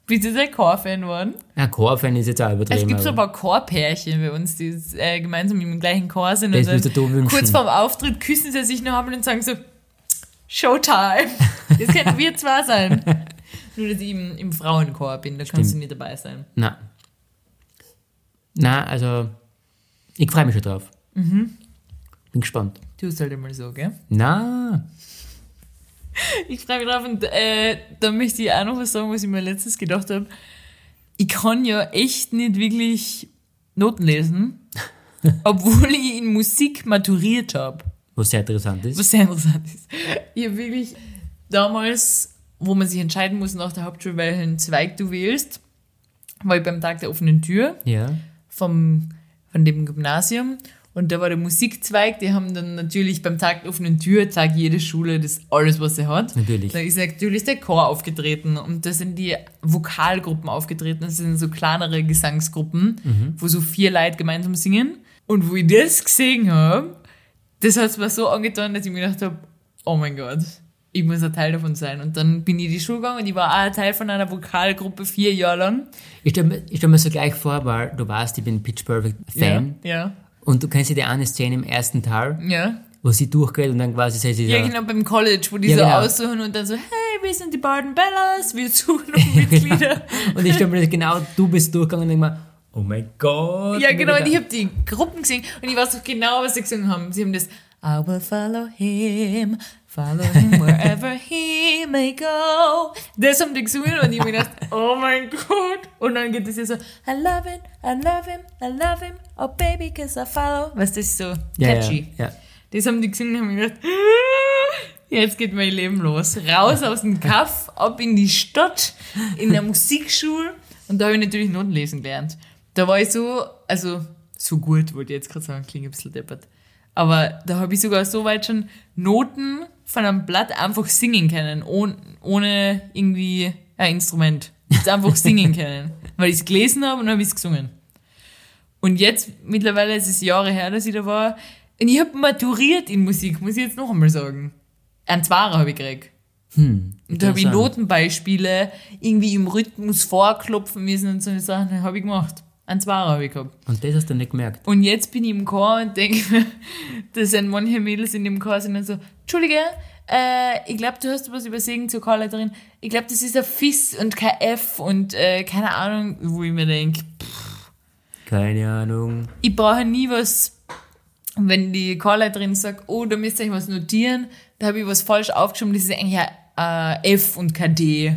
Bist du ein Chorfan geworden? Ja, Chorfan ist jetzt auch übertrieben. also. Es gibt so ein aber paar Chorpärchen bei uns, die äh, gemeinsam im gleichen Chor sind. das und müsste du wünschen. kurz vorm Auftritt küssen sie sich noch einmal und sagen so, Showtime. Das könnten wir zwar sein. Nur, dass ich im, im Frauenchor bin, da kannst du nicht dabei sein. Nein. Nein, also ich freue mich schon drauf. Mhm. Bin gespannt. Du halt immer so, gell? Na, Ich freue mich drauf und äh, da möchte ich auch noch was sagen, was ich mir letztes gedacht habe. Ich kann ja echt nicht wirklich Noten lesen, obwohl ich in Musik maturiert habe. was sehr interessant ist. was sehr interessant ist. Ich habe wirklich damals, wo man sich entscheiden muss nach der Hauptschule, welchen Zweig du wählst, war ich beim Tag der offenen Tür Ja. vom, von dem Gymnasium und da war der Musikzweig, die haben dann natürlich beim Tag der offenen Tür, Tag jede Schule, das alles, was sie hat. Natürlich. Da ist natürlich der Chor aufgetreten und da sind die Vokalgruppen aufgetreten. Das sind so kleinere Gesangsgruppen, Mhm. wo so vier Leute gemeinsam singen. Und wo ich das gesehen habe, das hat es mir so angetan, dass ich mir gedacht habe, oh mein Gott, ich muss ein Teil davon sein. Und dann bin ich in die Schule gegangen und ich war auch ein Teil von einer Vokalgruppe vier Jahre lang. Ich stelle mir, ich stell mir so gleich vor, weil du weißt, ich bin Pitch Perfect Fan. Ja, Und du kennst ja die eine Szene im ersten Teil, ja. ja. wo sie durchgeht und dann quasi sagt sie Ja, so, genau, beim College, wo die Ja, so genau. aussuchen und dann so, hey, wir sind die Barden Bellas, wir suchen noch Mitglieder. Und ich stelle mir das genau, du bist durchgegangen und denk mir, oh mein Gott. ja, genau, und ich habe die Gruppen gesehen und ich weiß doch genau, was sie gesungen haben. Sie haben das I will follow him Follow him wherever he may go. Das haben die gesungen und ich mir gedacht, oh mein Gott. Und dann geht es ja so, I love him, I love him, I love him, oh baby, cause I follow. Weißt du, das ist so Ja, catchy. Ja, ja. Das haben die gesungen und haben gedacht, jetzt geht mein Leben los. Raus aus dem Kaff, ab in die Stadt, in der Musikschule. Und da habe ich natürlich Noten lesen gelernt. Da war ich so, also so gut, wollte ich jetzt gerade sagen, klingt ein bisschen deppert. Aber da habe ich sogar so weit schon Noten von einem Blatt einfach singen können, ohne, ohne irgendwie ein Instrument. Jetzt einfach singen können, weil ich es gelesen habe und dann habe ich es gesungen. Und jetzt, mittlerweile ist es Jahre her, dass ich da war. Und ich habe maturiert in Musik, muss ich jetzt noch einmal sagen. Ein Zwarer habe ich gekriegt. Hm, Und da habe ich interessant. Notenbeispiele irgendwie im Rhythmus vorklopfen müssen und so eine Sachen. Habe ich gemacht. Ein Zwarer habe ich gehabt. Und das hast du nicht gemerkt. Und jetzt bin ich im Chor und denke mir, das sind manche Mädels in dem Chor, sind dann so, Entschuldige, äh, ich glaube, du hast was übersehen zur Chorleiterin. Ich glaube, das ist ein FIS und kein F und äh, keine Ahnung, wo ich mir denke, Keine Ahnung. ich brauche nie was, wenn die Chorleiterin sagt, oh, da müsst ihr euch was notieren, da habe ich was falsch aufgeschrieben, das ist eigentlich ein äh, F und kein D.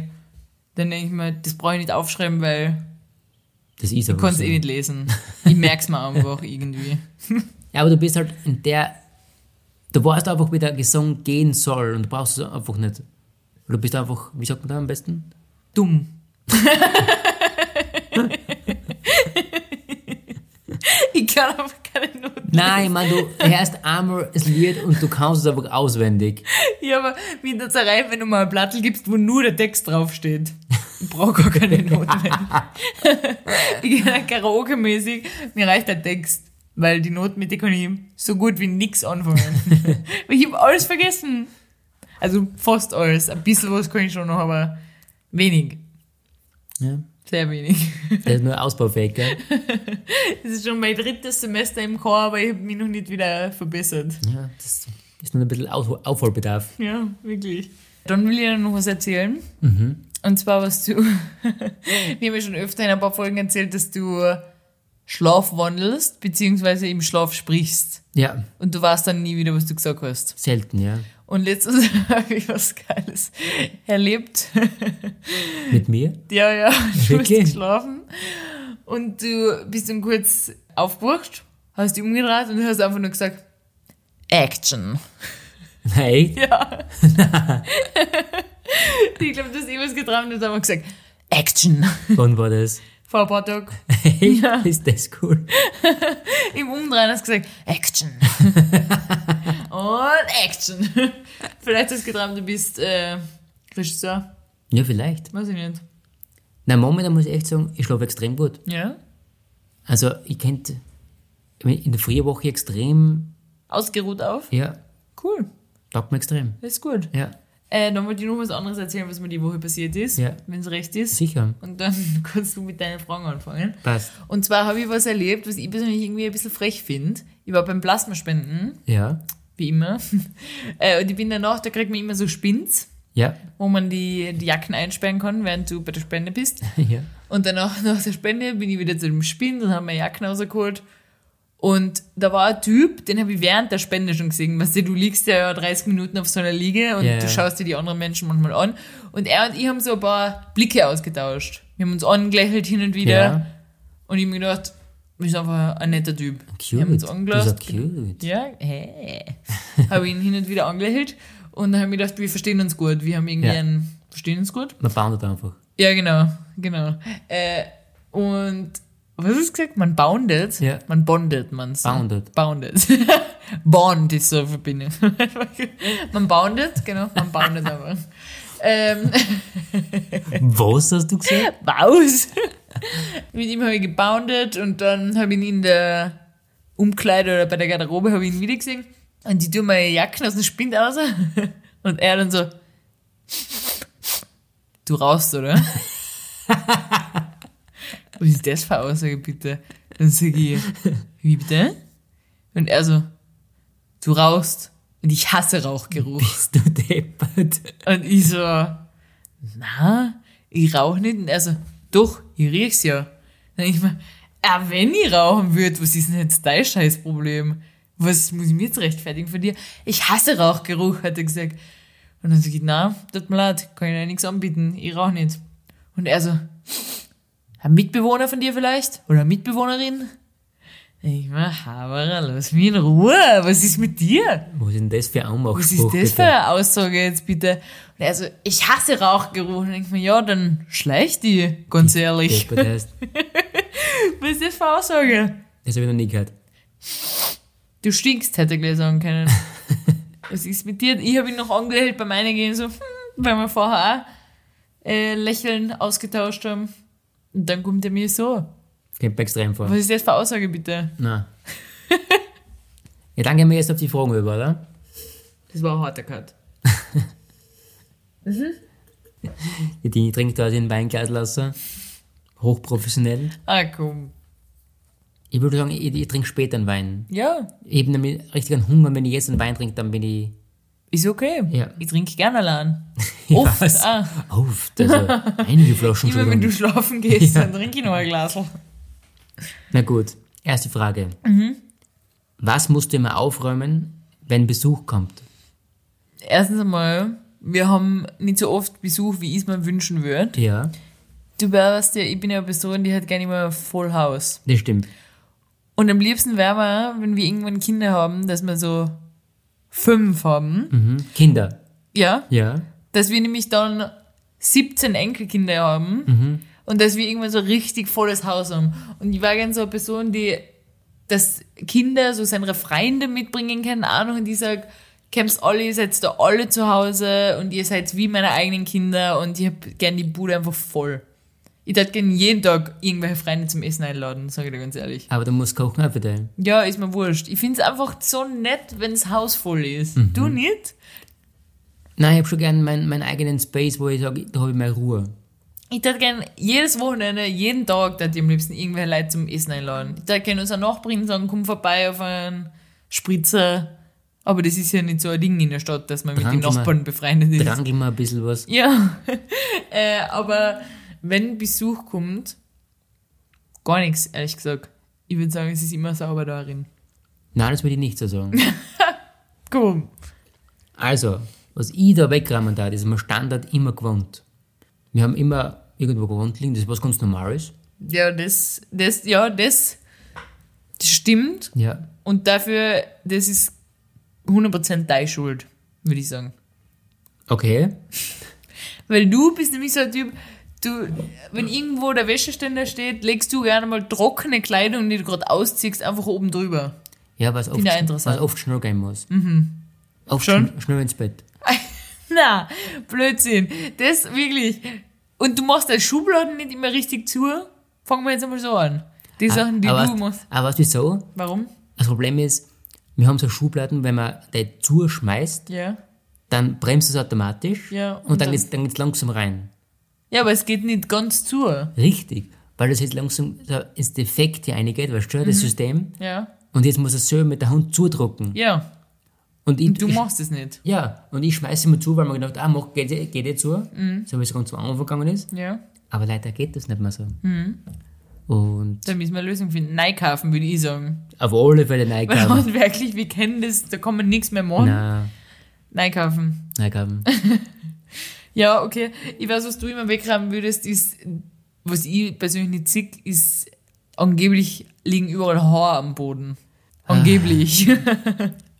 Dann denke ich mir, das brauche ich nicht aufschreiben, weil Das ist ich aber kann es so. eh nicht lesen. Ich merke es mir einfach irgendwie. Ja, aber du bist halt in der. Du weißt einfach, wie der Gesang gehen soll und du brauchst es einfach nicht. Du bist einfach, wie sagt man da am besten? Dumm. ich kann aber keine Noten. Nein, man, du hörst einmal das Lied und du kannst es einfach auswendig. Ja, aber wie in der Zerei, wenn du mal ein Blattl gibst, wo nur der Text draufsteht. Ich brauche gar keine Noten. ich kann Karaoke-mäßig, mir reicht der Text. Weil die Noten mit der kann ich so gut wie nix anfangen. Weil ich habe alles vergessen. Also fast alles. Ein bisschen was kann ich schon noch, aber wenig. Ja. Sehr wenig. Das ist nur ausbaufähig, gell? Es ist schon mein drittes Semester im Chor, aber ich habe mich noch nicht wieder verbessert. Ja, das ist nur ein bisschen Au- Aufholbedarf. Ja, wirklich. Dann will ich dir noch was erzählen. Und zwar was du. ich habe ja schon öfter in ein paar Folgen erzählt, dass du Schlaf wandelst, beziehungsweise im Schlaf sprichst. Ja, Und du weißt dann nie wieder, was du gesagt hast. selten, ja. Und letztens habe ich was Geiles erlebt. Mit mir? Ja, ja, du bist Wirklich? geschlafen und du bist dann kurz aufgewacht, hast dich umgedreht und hast einfach nur gesagt, Action. Nein. Ja. ich glaube, du hast eh was geträumt und hast einfach gesagt, Action. Wann war das? Vor ein paar Tagen Echt? Ist das cool? im Umdrehen hast du gesagt, Action. und Action. Vielleicht hast du geträumt, du bist äh, Regisseur. Ja, vielleicht. Weiß ich nicht. Na, momentan muss ich echt sagen, ich schlafe extrem gut. Ja. Also, ich könnte in der frühen Woche extrem, Ausgeruht auf. ja, Cool. taugt mir extrem. Das ist gut. Ja, Äh, dann wollte ich noch was anderes erzählen, was mir die Woche passiert ist, Ja. wenn es recht ist. sicher. Und dann kannst du mit deinen Fragen anfangen. Passt. Und zwar habe ich was erlebt, was ich persönlich irgendwie ein bisschen frech finde. Ich war beim Plasmaspenden, Ja, wie immer. äh, und ich bin danach, da kriegt man immer so Spins, ja, wo man die, die Jacken einsperren kann, während du bei der Spende bist. ja. Und danach, nach der Spende, bin ich wieder zu dem Spind und habe meine Jacken rausgeholt. Und da war ein Typ, den habe ich während der Spende schon gesehen. Weißt du, du liegst ja 30 Minuten auf so einer Liege und Ja, du ja. schaust dir die anderen Menschen manchmal an. Und er und ich haben so ein paar Blicke ausgetauscht. Wir haben uns angelächelt hin und wieder. Ja, Und ich habe mir gedacht, das ist einfach ein netter Typ. cute. Wir haben uns genau. das ist angelacht. cute. Ja, hey. habe ihn hin und wieder angelächelt. Und dann habe ich mir gedacht, wir verstehen uns gut. Wir haben irgendwie Ja. einen, verstehen uns gut. Man baut einfach. Ja, genau, genau. Äh, und was ist gesagt? Man boundet? Ja. Man bondet, man Boundet. Boundet. Bond ist so Verbindung. man boundet, genau, man boundet aber. ähm, Was hast du gesagt? Baus. Mit ihm habe ich geboundet und dann habe ich ihn in der Umkleide oder bei der Garderobe habe ich ihn wieder gesehen. Und die tun meine Jacken aus dem Spind raus. Und er dann so, du rauchst, oder? Was ist das für eine Aussage, bitte? Dann sage ich, wie bitte? Und er so, du rauchst. Und ich hasse Rauchgeruch. Bist du deppert? Und ich so, na, ich rauche nicht. Und er so, doch, ich riech's ja. Dann ich mir, ah, wenn ich rauchen würde, was ist denn jetzt dein Scheißproblem? was muss ich mir jetzt rechtfertigen von dir? Ich hasse Rauchgeruch, hat er gesagt. Und dann sag ich, na, tut mir leid, kann ich dir nichts anbieten, ich rauche nicht. Und er so, ein Mitbewohner von dir vielleicht? Oder eine Mitbewohnerin? Ich mach, Haberer, lass mich in Ruhe, was ist mit dir? Was ist denn das für ein Was ist Anmachspruch? das für bitte? eine Aussage jetzt bitte? Und er so, ich hasse Rauchgeruch. Und ich mir, ja, dann schleich die, ganz ehrlich. Deppert heißt. Was ist das für eine Aussage? Das habe ich noch nie gehört. Du stinkst, hätte er gleich sagen können. Was ist mit dir? Ich habe ihn noch angelächelt beim Eingehen, so, hm, weil wir vorher auch äh, Lächeln ausgetauscht haben. Und dann kommt er mir so. Kommt mir extrem vor. Was ist das für eine Aussage bitte? Nein. ja, dann gehen wir jetzt auf die Fragen über, oder? Das war ein harter Cut. Die Dini trinkt da den Weinglas lassen. Hochprofessionell. Ah, komm. Ich würde sagen, ich, ich trinke später einen Wein. Ja, Ich habe nämlich richtig einen Hunger. Wenn ich jetzt einen Wein trinke, dann bin ich ist okay. Ja. Ich trinke gerne allein. Ja, Oft. was? Ah, auf. Also einige Flaschen immer wenn sogar. du schlafen gehst, Ja. dann trinke ich noch ein Glas. Na gut, erste Frage. Mhm. Was musst du immer aufräumen, wenn Besuch kommt? Erstens einmal, wir haben nicht so oft Besuch, wie ich es mir wünschen würde. Ja, Du wärst ja, ich bin ja eine Person, die hat gerne immer Full House. das stimmt. Und am liebsten wäre man, wenn wir irgendwann Kinder haben, dass wir so fünf haben. Mhm. Kinder. Ja. Ja. Dass wir nämlich dann 17 Enkelkinder haben und dass wir irgendwann so richtig volles Haus haben. Und ich war gerne so eine Person, die, dass Kinder so seine Freunde mitbringen können, auch noch, und die sagt, kämpft alle, ihr seid da alle zu Hause und ihr seid wie meine eigenen Kinder und ich hab gern die Bude einfach voll. Ich darf gern jeden Tag irgendwelche Freunde zum Essen einladen, sage ich dir ganz ehrlich. Aber du musst kochen auch für dich. Ja, ist mir wurscht. Ich find's einfach so nett, wenn's Haus voll ist. Du nicht? Nein, ich habe schon gern meinen mein eigenen Space, wo ich sage, da habe ich meine Ruhe. Ich würde gern jedes Wochenende, jeden Tag, da ich am liebsten irgendwelche Leute zum Essen einladen. Ich würde gerne unsere Nachbarn sagen, komm vorbei auf einen Spritzer. Aber das ist ja nicht so ein Ding in der Stadt, dass man mit Dran den gehen wir- Nachbarn befreundet ist. Drangel mal ein bisschen was. Ja, äh, aber wenn Besuch kommt, gar nichts, ehrlich gesagt. Ich würde sagen, es ist immer sauber darin. Nein, das würde ich nicht so sagen. Komm. Also, was ich da wegräumen darf, ist man Standard immer gewohnt. Wir haben immer irgendwo gewohnt liegen, das ist was ganz Normales. Ja, das, das, ja, das, das stimmt. Ja. Und dafür, das ist 100% deine Schuld, würde ich sagen. Okay. Weil du bist nämlich so ein Typ, du, wenn irgendwo der Wäscheständer steht, legst du gerne mal trockene Kleidung, die du gerade ausziehst, einfach oben drüber. Ja, was oft, Finde ich auch interessant. Mhm. was oft schnell gehen muss. Oft Schon? schn- Schnell ins Bett. Na, Blödsinn. Das wirklich. Und du machst deine Schubladen nicht immer richtig zu. Fangen wir jetzt einmal so an. Die Sachen, die aber du Ah, weißt- machst. Aber weißt du wieso? Warum? Das Problem ist, wir haben so Schubladen, wenn man die zuschmeißt, Ja. dann bremst es automatisch Ja, und, und dann dann- geht's dann geht's langsam rein. Ja, aber es geht nicht ganz zu. Richtig. Weil das jetzt langsam so ins Defekt hier reingeht, weißt du, Mhm. das System. Ja. Und jetzt muss es selber mit der Hand zudrucken. Ja. Und, ich, Du ich, machst es nicht. Ja, und ich schmeiße immer zu, weil man gedacht, ah, mach, geht, eh- geht eh zu, Mhm. so wie es ganz zu Anfang gegangen ist. Ja. Aber leider geht das nicht mehr so. Mhm. Und Da müssen wir eine Lösung finden. Neikaufen, würde ich sagen. auf alle Fälle Weil Neigaben. handwerklich, wir kennen das, da kann man nichts mehr machen. Na, Nein, kaufen. Neigaben. Ja, okay. Ich weiß, was du immer wegräumen würdest, ist, was ich persönlich nicht sehe, ist, angeblich liegen überall Haare am Boden. Angeblich.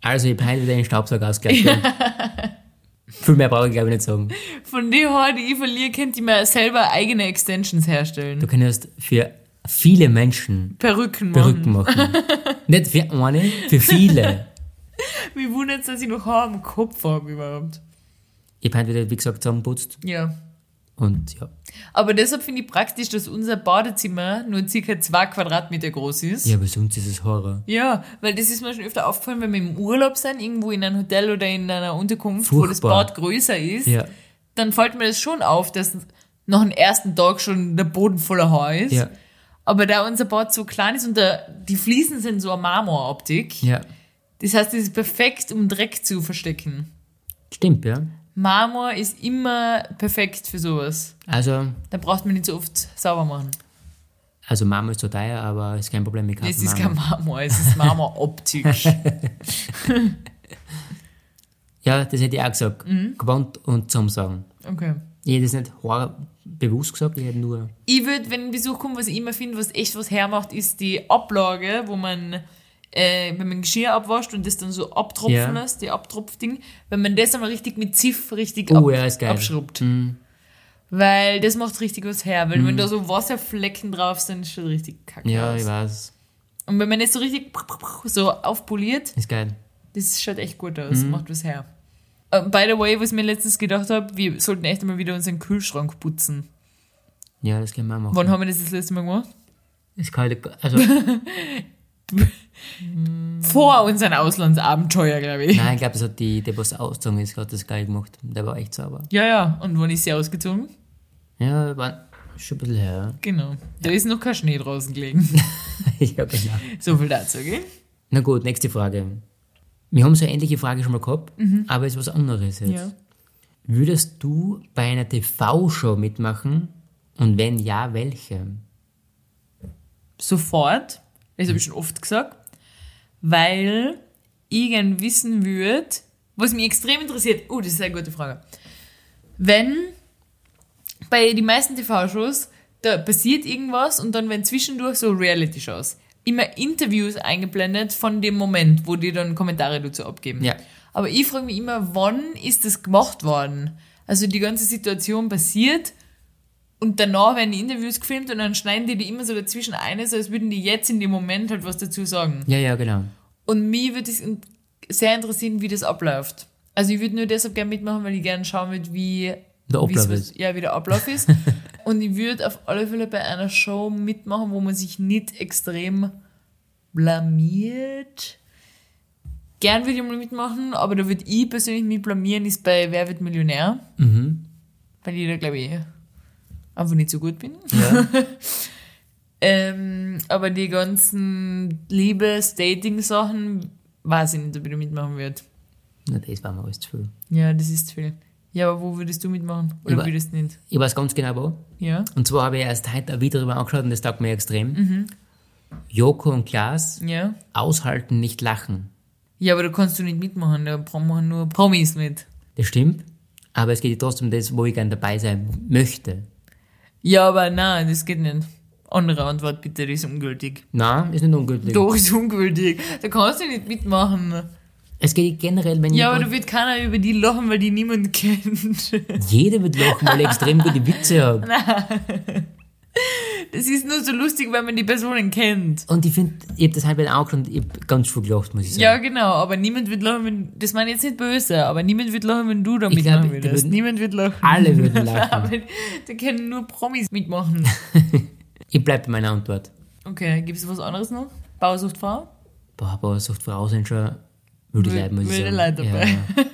Also, ich peile wieder den Staubsauger aus, glaub ich. Viel mehr brauche ich, glaube ich, nicht sagen. Von den Haaren, die ich verliere, könnte ich mir selber eigene Extensions herstellen. Du kannst für viele Menschen Perücken machen. Perücken machen. nicht für eine, für viele. Mich wundert dass ich noch Haare am Kopf habe überhaupt. Ich peile wieder, wie gesagt, zusammenputzt. Ja. Und ja, Aber deshalb finde ich praktisch, dass unser Badezimmer nur circa zwei Quadratmeter groß ist. ja, aber sonst ist es Horror. Ja, weil das ist mir schon öfter aufgefallen, wenn wir im Urlaub sind, irgendwo in einem Hotel oder in einer Unterkunft, wo das Furchtbar. Bad größer ist, Ja, dann fällt mir das schon auf, dass nach dem ersten Tag schon der Boden voller Haar ist. ja, Aber da unser Bad so klein ist und da, die Fliesen sind so eine Marmoroptik, ja. das heißt, das ist perfekt, um Dreck zu verstecken. Stimmt, ja. Marmor ist immer perfekt für sowas. Also, Da braucht man nicht so oft sauber machen. Also Marmor ist so teuer, aber ist kein Problem mit Das Karten. ist kein Marmor, es ist Marmoroptik. Ja, das hätte ich auch gesagt. Gewohnt und zum Sagen. Okay. Ich hätte es nicht horror- bewusst gesagt, ich hätte nur. Ich würde, wenn ein Besuch kommt, was ich immer finde, was echt was hermacht, ist die Ablage, wo man, äh, wenn man Geschirr abwascht und das dann so abtropfen Ja. lässt, die Abtropfding, wenn man das einmal richtig mit Ziff richtig Oh, ja, ist geil. abschrubbt. Mhm. Weil das macht richtig was her, weil wenn da so Wasserflecken drauf sind, ist schon richtig kacke Ja, ich aus. weiß. Und wenn man das so richtig so aufpoliert, Ist geil. das schaut echt gut aus, Mhm. macht was her. Äh, by the way, was ich mir letztens gedacht habe, wir sollten echt mal wieder unseren Kühlschrank putzen. Ja, das können wir auch machen. Wann haben wir das das letzte Mal gemacht? ist kalt. Also, Vor unseren Auslandsabenteuer, glaube ich. nein, ich glaube, das hat die, der, was ausgezogen ist, hat das geil gemacht. Der war echt sauber. Ja, ja. Und wann ist sie ausgezogen? Ja, war schon ein bisschen her. Genau. Da ist noch kein Schnee draußen gelegen. ja, genau. so viel dazu, gell? Na gut, nächste Frage. Wir haben so eine ähnliche Frage schon mal gehabt, aber es ist was anderes jetzt. Ja. Würdest du bei einer TV-Show mitmachen? Und wenn ja, welche? Sofort. Das habe ich schon oft gesagt. Weil ich gern wissen würde, was mich extrem interessiert. Oh, das ist eine gute Frage. Wenn bei den meisten TV-Shows da passiert irgendwas und dann werden zwischendurch so Reality-Shows immer Interviews eingeblendet von dem Moment, wo die dann Kommentare dazu abgeben. Ja. Aber ich frage mich immer, wann ist das gemacht worden? Also die ganze Situation passiert und danach werden die Interviews gefilmt und dann schneiden die die immer so dazwischen ein, so als würden die jetzt in dem Moment halt was dazu sagen. Ja, ja, genau. Und mich würde es in- sehr interessieren, wie das abläuft. Also ich würde nur deshalb gerne mitmachen, weil ich gerne schauen würde, wie Der wie's Ablauf was- ist. Ja, wie der Ablauf ist. und ich würde auf alle Fälle bei einer Show mitmachen, wo man sich nicht extrem blamiert. Gern würde ich mal mitmachen, aber da würde ich persönlich mich blamieren, ist bei Wer wird Millionär, Mhm. weil ich da glaube ich einfach nicht so gut bin. Ja. Ähm, aber die ganzen Liebes-Dating-Sachen, weiß ich nicht, ob ich da mitmachen würde. Na, das war mir alles zu viel. Ja, das ist zu viel. Ja, aber wo würdest du mitmachen? Oder Über- würdest du nicht? Ich weiß ganz genau wo. Ja? Und zwar habe ich erst heute ein Video darüber angeschaut und das taugt mir extrem. Joko und Klaas, Ja? aushalten, nicht lachen. Ja, aber da kannst du nicht mitmachen, da bra- machen nur Promis mit. Das stimmt, aber es geht ja trotzdem um das, wo ich gerne dabei sein möchte. Ja, aber nein, das geht nicht. Andere Antwort bitte, die ist ungültig. Na, ist nicht ungültig. Doch, ist ungültig. Da kannst du nicht mitmachen. Es geht generell, wenn Ja, aber ich da wird keiner über die lachen, weil die niemand kennt. jeder wird lachen, weil ich extrem gute Witze habe. Das ist nur so lustig, weil man die Personen kennt. Und ich finde, ich habe das halt bei angeschaut und ich habe ganz viel gelacht, muss ich sagen. Ja, genau, aber niemand wird lachen, wenn, das meine ich jetzt nicht böse, aber niemand wird lachen, wenn du da Ich mitmachen glaub, die würdest. würden- Niemand wird lachen. Alle würden lachen. aber da können nur Promis mitmachen. Ich bleibe bei meiner Antwort. Okay, gibt es was anderes noch? Bausuchtfrau? Boah, aber so oft Frau sind schon würde Wü- leid, muss ich wilde sagen. Leute dabei. Ja.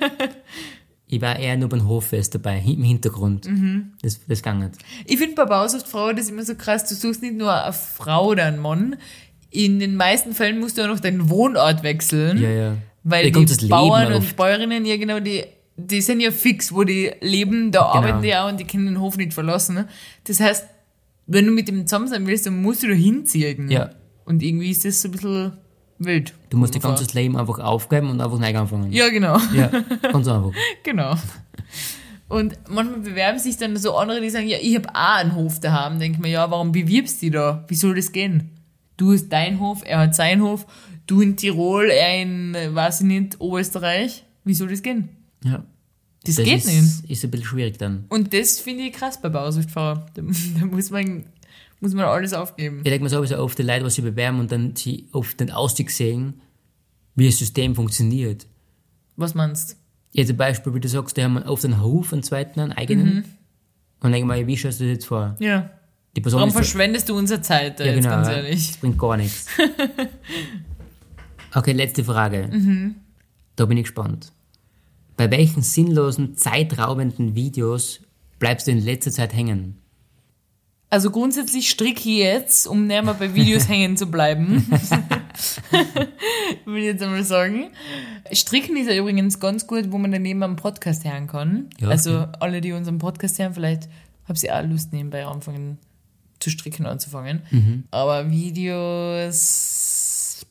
Ich war eher nur beim Hoffest dabei, im Hintergrund. Mhm. Das, das ging nicht. Ich finde bei Bausuchtfrau das immer so krass, du suchst nicht nur eine Frau oder einen Mann. In den meisten Fällen musst du auch noch deinen Wohnort wechseln. Ja, ja. Weil Da die kommt das Leben Bauern und auf. Bäuerinnen, ja genau, die, die sind ja fix, wo die Genau. leben, da arbeiten die auch und die können den Hof nicht verlassen. ne? Das heißt, wenn du mit dem zusammen sein willst, dann musst du da hinziehen. Ja. Und irgendwie ist das so ein bisschen wild. Du musst dein Kommt vor. ganzes Leben einfach aufgeben und einfach neu anfangen. Ja, genau. ja, ganz einfach. Genau. Und manchmal bewerben sich dann so andere, die sagen, ja, ich habe auch einen Hof daheim. Denke mir, ja, warum bewirbst du dich da? Wie soll das gehen? Du hast deinen Hof, er hat seinen Hof, du in Tirol, er in, äh, weiß ich nicht, Oberösterreich. Wie soll das gehen? Ja. Das, Das geht ist, nicht. ist ein bisschen schwierig dann. Und das finde ich krass bei Bausuchtfrau. Da, da muss man, muss man alles aufgeben. Ich denke mir sowieso oft, die Leute, was sie bewerben und dann sie oft den Ausstieg sehen, wie das System funktioniert. Was meinst Jetzt ein Beispiel, wie du sagst, die haben oft einen Hof, einen zweiten, einen eigenen. Mhm. Und denke mal, wie stellst du das jetzt vor? du? Ja. Die Person Warum ist verschwendest du unsere Zeit da ja, jetzt genau, ganz ja. ehrlich? Das bringt gar nichts. okay, letzte Frage. Mhm. Da bin ich gespannt. Bei welchen sinnlosen, zeitraubenden Videos bleibst du in letzter Zeit hängen? Also grundsätzlich stricke ich jetzt, um näher mal bei Videos hängen zu bleiben. Würde ich jetzt einmal sagen. Stricken ist ja übrigens ganz gut, wo man daneben am Podcast hören kann. Ja, also alle, die unseren Podcast hören, vielleicht habt ihr auch Lust nebenbei anfangen zu stricken anzufangen. Aber Videos.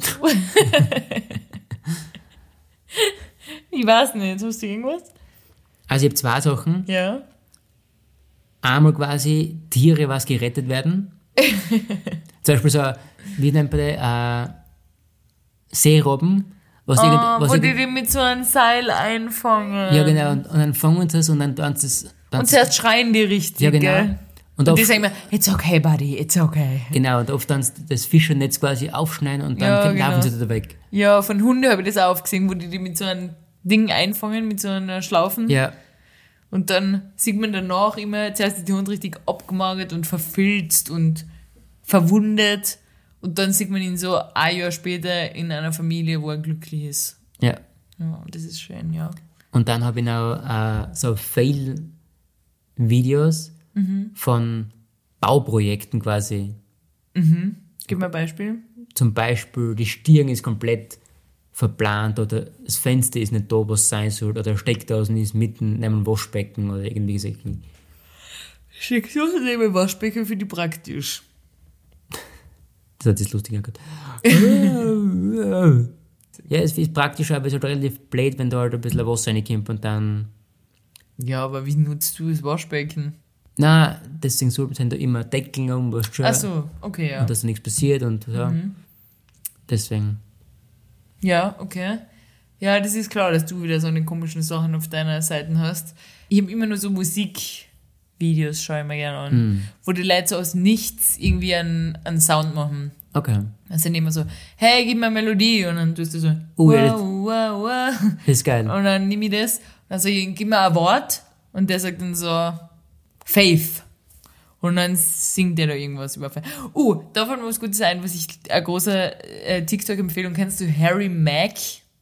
Puh. ich weiß nicht, hast du irgendwas? Also ich habe zwei Sachen. Ja. Einmal quasi Tiere, was gerettet werden. Zum Beispiel so, ein- wie nennt man das, äh, Seerobben. Was Oh, irgend- was wo die irgend- die mit so einem Seil einfangen. ja genau, und, und dann fangen sie es und dann tanzt es. Und tanzt- zuerst schreien die richtig. ja genau. Gell? Und, Und die oft, sagen immer, it's okay, buddy, it's okay. genau, und oft dann das Fischernetz quasi aufschneiden und Ja, dann genau. laufen sie da weg. Ja, von Hunde habe ich das auch gesehen, wo die die mit so einem Ding einfangen, mit so einer Schlaufen. Ja, Und dann sieht man danach immer, zuerst ist die Hund richtig abgemagert und verfilzt und verwundet. Und dann sieht man ihn so ein Jahr später in einer Familie, wo er glücklich ist. ja. Ja, und das ist schön, ja. Und dann habe ich noch äh, so Fail-Videos Mhm. von Bauprojekten quasi. Gib mir ein Beispiel. Zum Beispiel die Stirn ist komplett verplant oder das Fenster ist nicht da, was sein soll oder Steckdosen ist mitten neben dem Waschbecken oder irgendwie so. Schickst du neben Waschbecken für die praktisch? Das hat sich lustig angehört. ja, es ist praktisch, aber es ist halt relativ blöd, wenn da halt ein bisschen Wasser reinkommt und dann... Ja, aber wie nutzt du das Waschbecken? Na, deswegen soll- sind da immer Deckeln um, was schon... Ach so, okay, ja. Mhm. Und dass da nichts passiert und so. Deswegen... Ja, okay. Ja, das ist klar, dass du wieder so eine komischen Sachen auf deiner Seite hast. Ich habe immer nur so Musikvideos, schaue ich mir gerne an, Hm. wo die Leute so aus nichts irgendwie einen, einen Sound machen. Okay. Also dann immer so, hey, gib mir eine Melodie. Und dann tust du so, Oh, wow, ja, das- wow, wow. Das ist geil. Und dann nimm ich das und dann sag ich, gib mir ein Wort. Und der sagt dann so, Faith. Und dann singt der da irgendwas über Faith. Uh, davon muss gut sein, was ich, eine große äh, TikTok-Empfehlung, kennst du Harry Mack?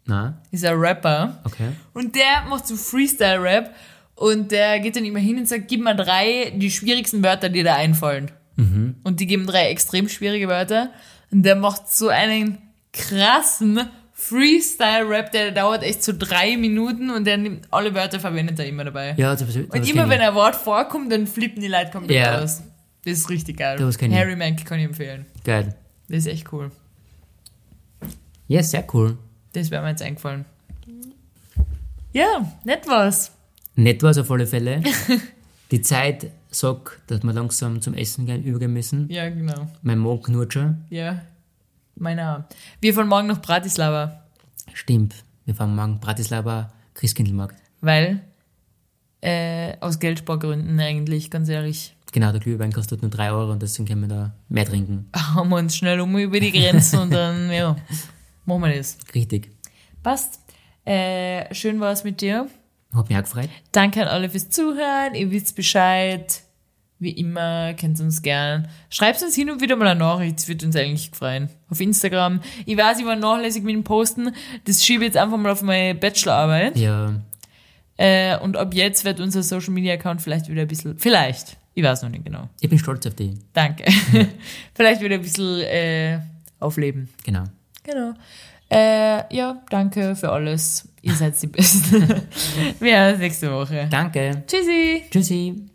Na, Ist ein Rapper. okay. Und der macht so Freestyle-Rap. Und der geht dann immer hin und sagt, gib mir drei die schwierigsten Wörter, die dir einfallen. Mhm. Und die geben drei extrem schwierige Wörter. Und der macht so einen krassen Freestyle-Rap, der dauert echt so drei Minuten und der nimmt alle Wörter, verwendet er immer dabei. Ja, das, das und immer wenn ein Wort vorkommt, dann flippen die Leute komplett Ja. aus. Das ist richtig geil. Sowas kenn ich. Harry Mack kann ich empfehlen. Geil. Das ist echt cool. Ja, sehr cool. Das wäre mir jetzt eingefallen. Ja, nett war's. Nett war es auf alle Fälle. Die Zeit sagt, dass wir langsam zum Essen gehen, übergehen müssen. Ja, genau. Mein Magen knutscht. Ja, meiner. Wir fahren morgen nach Bratislava, Stimmt. Wir fahren morgen Bratislava Christkindlmarkt. weil äh, aus Geldspargründen eigentlich, ganz ehrlich, Genau, der Glühwein kostet nur 3 Euro und deswegen können wir da mehr trinken. haben wir uns schnell um über die Grenzen und dann, ja, machen wir das. Richtig. Passt. Äh, schön war's mit dir. Hat mich auch gefreut. Danke an alle fürs Zuhören. Ihr wisst Bescheid. Wie immer, kennt uns gern. Schreibt uns hin und wieder mal eine Nachricht, es wird uns eigentlich gefreien. Auf Instagram. Ich weiß, ich war nachlässig mit dem Posten. Das schiebe ich jetzt einfach mal auf meine Bachelorarbeit. Ja, Äh, und ab jetzt wird unser Social Media Account vielleicht wieder ein bisschen, vielleicht, ich weiß noch nicht genau. ich bin stolz auf dich. Danke. vielleicht wieder ein bisschen äh, aufleben. Genau. Genau. Äh, ja, danke für alles. Ihr seid die Besten. Wir hören uns nächste Woche. Danke. Tschüssi. Tschüssi.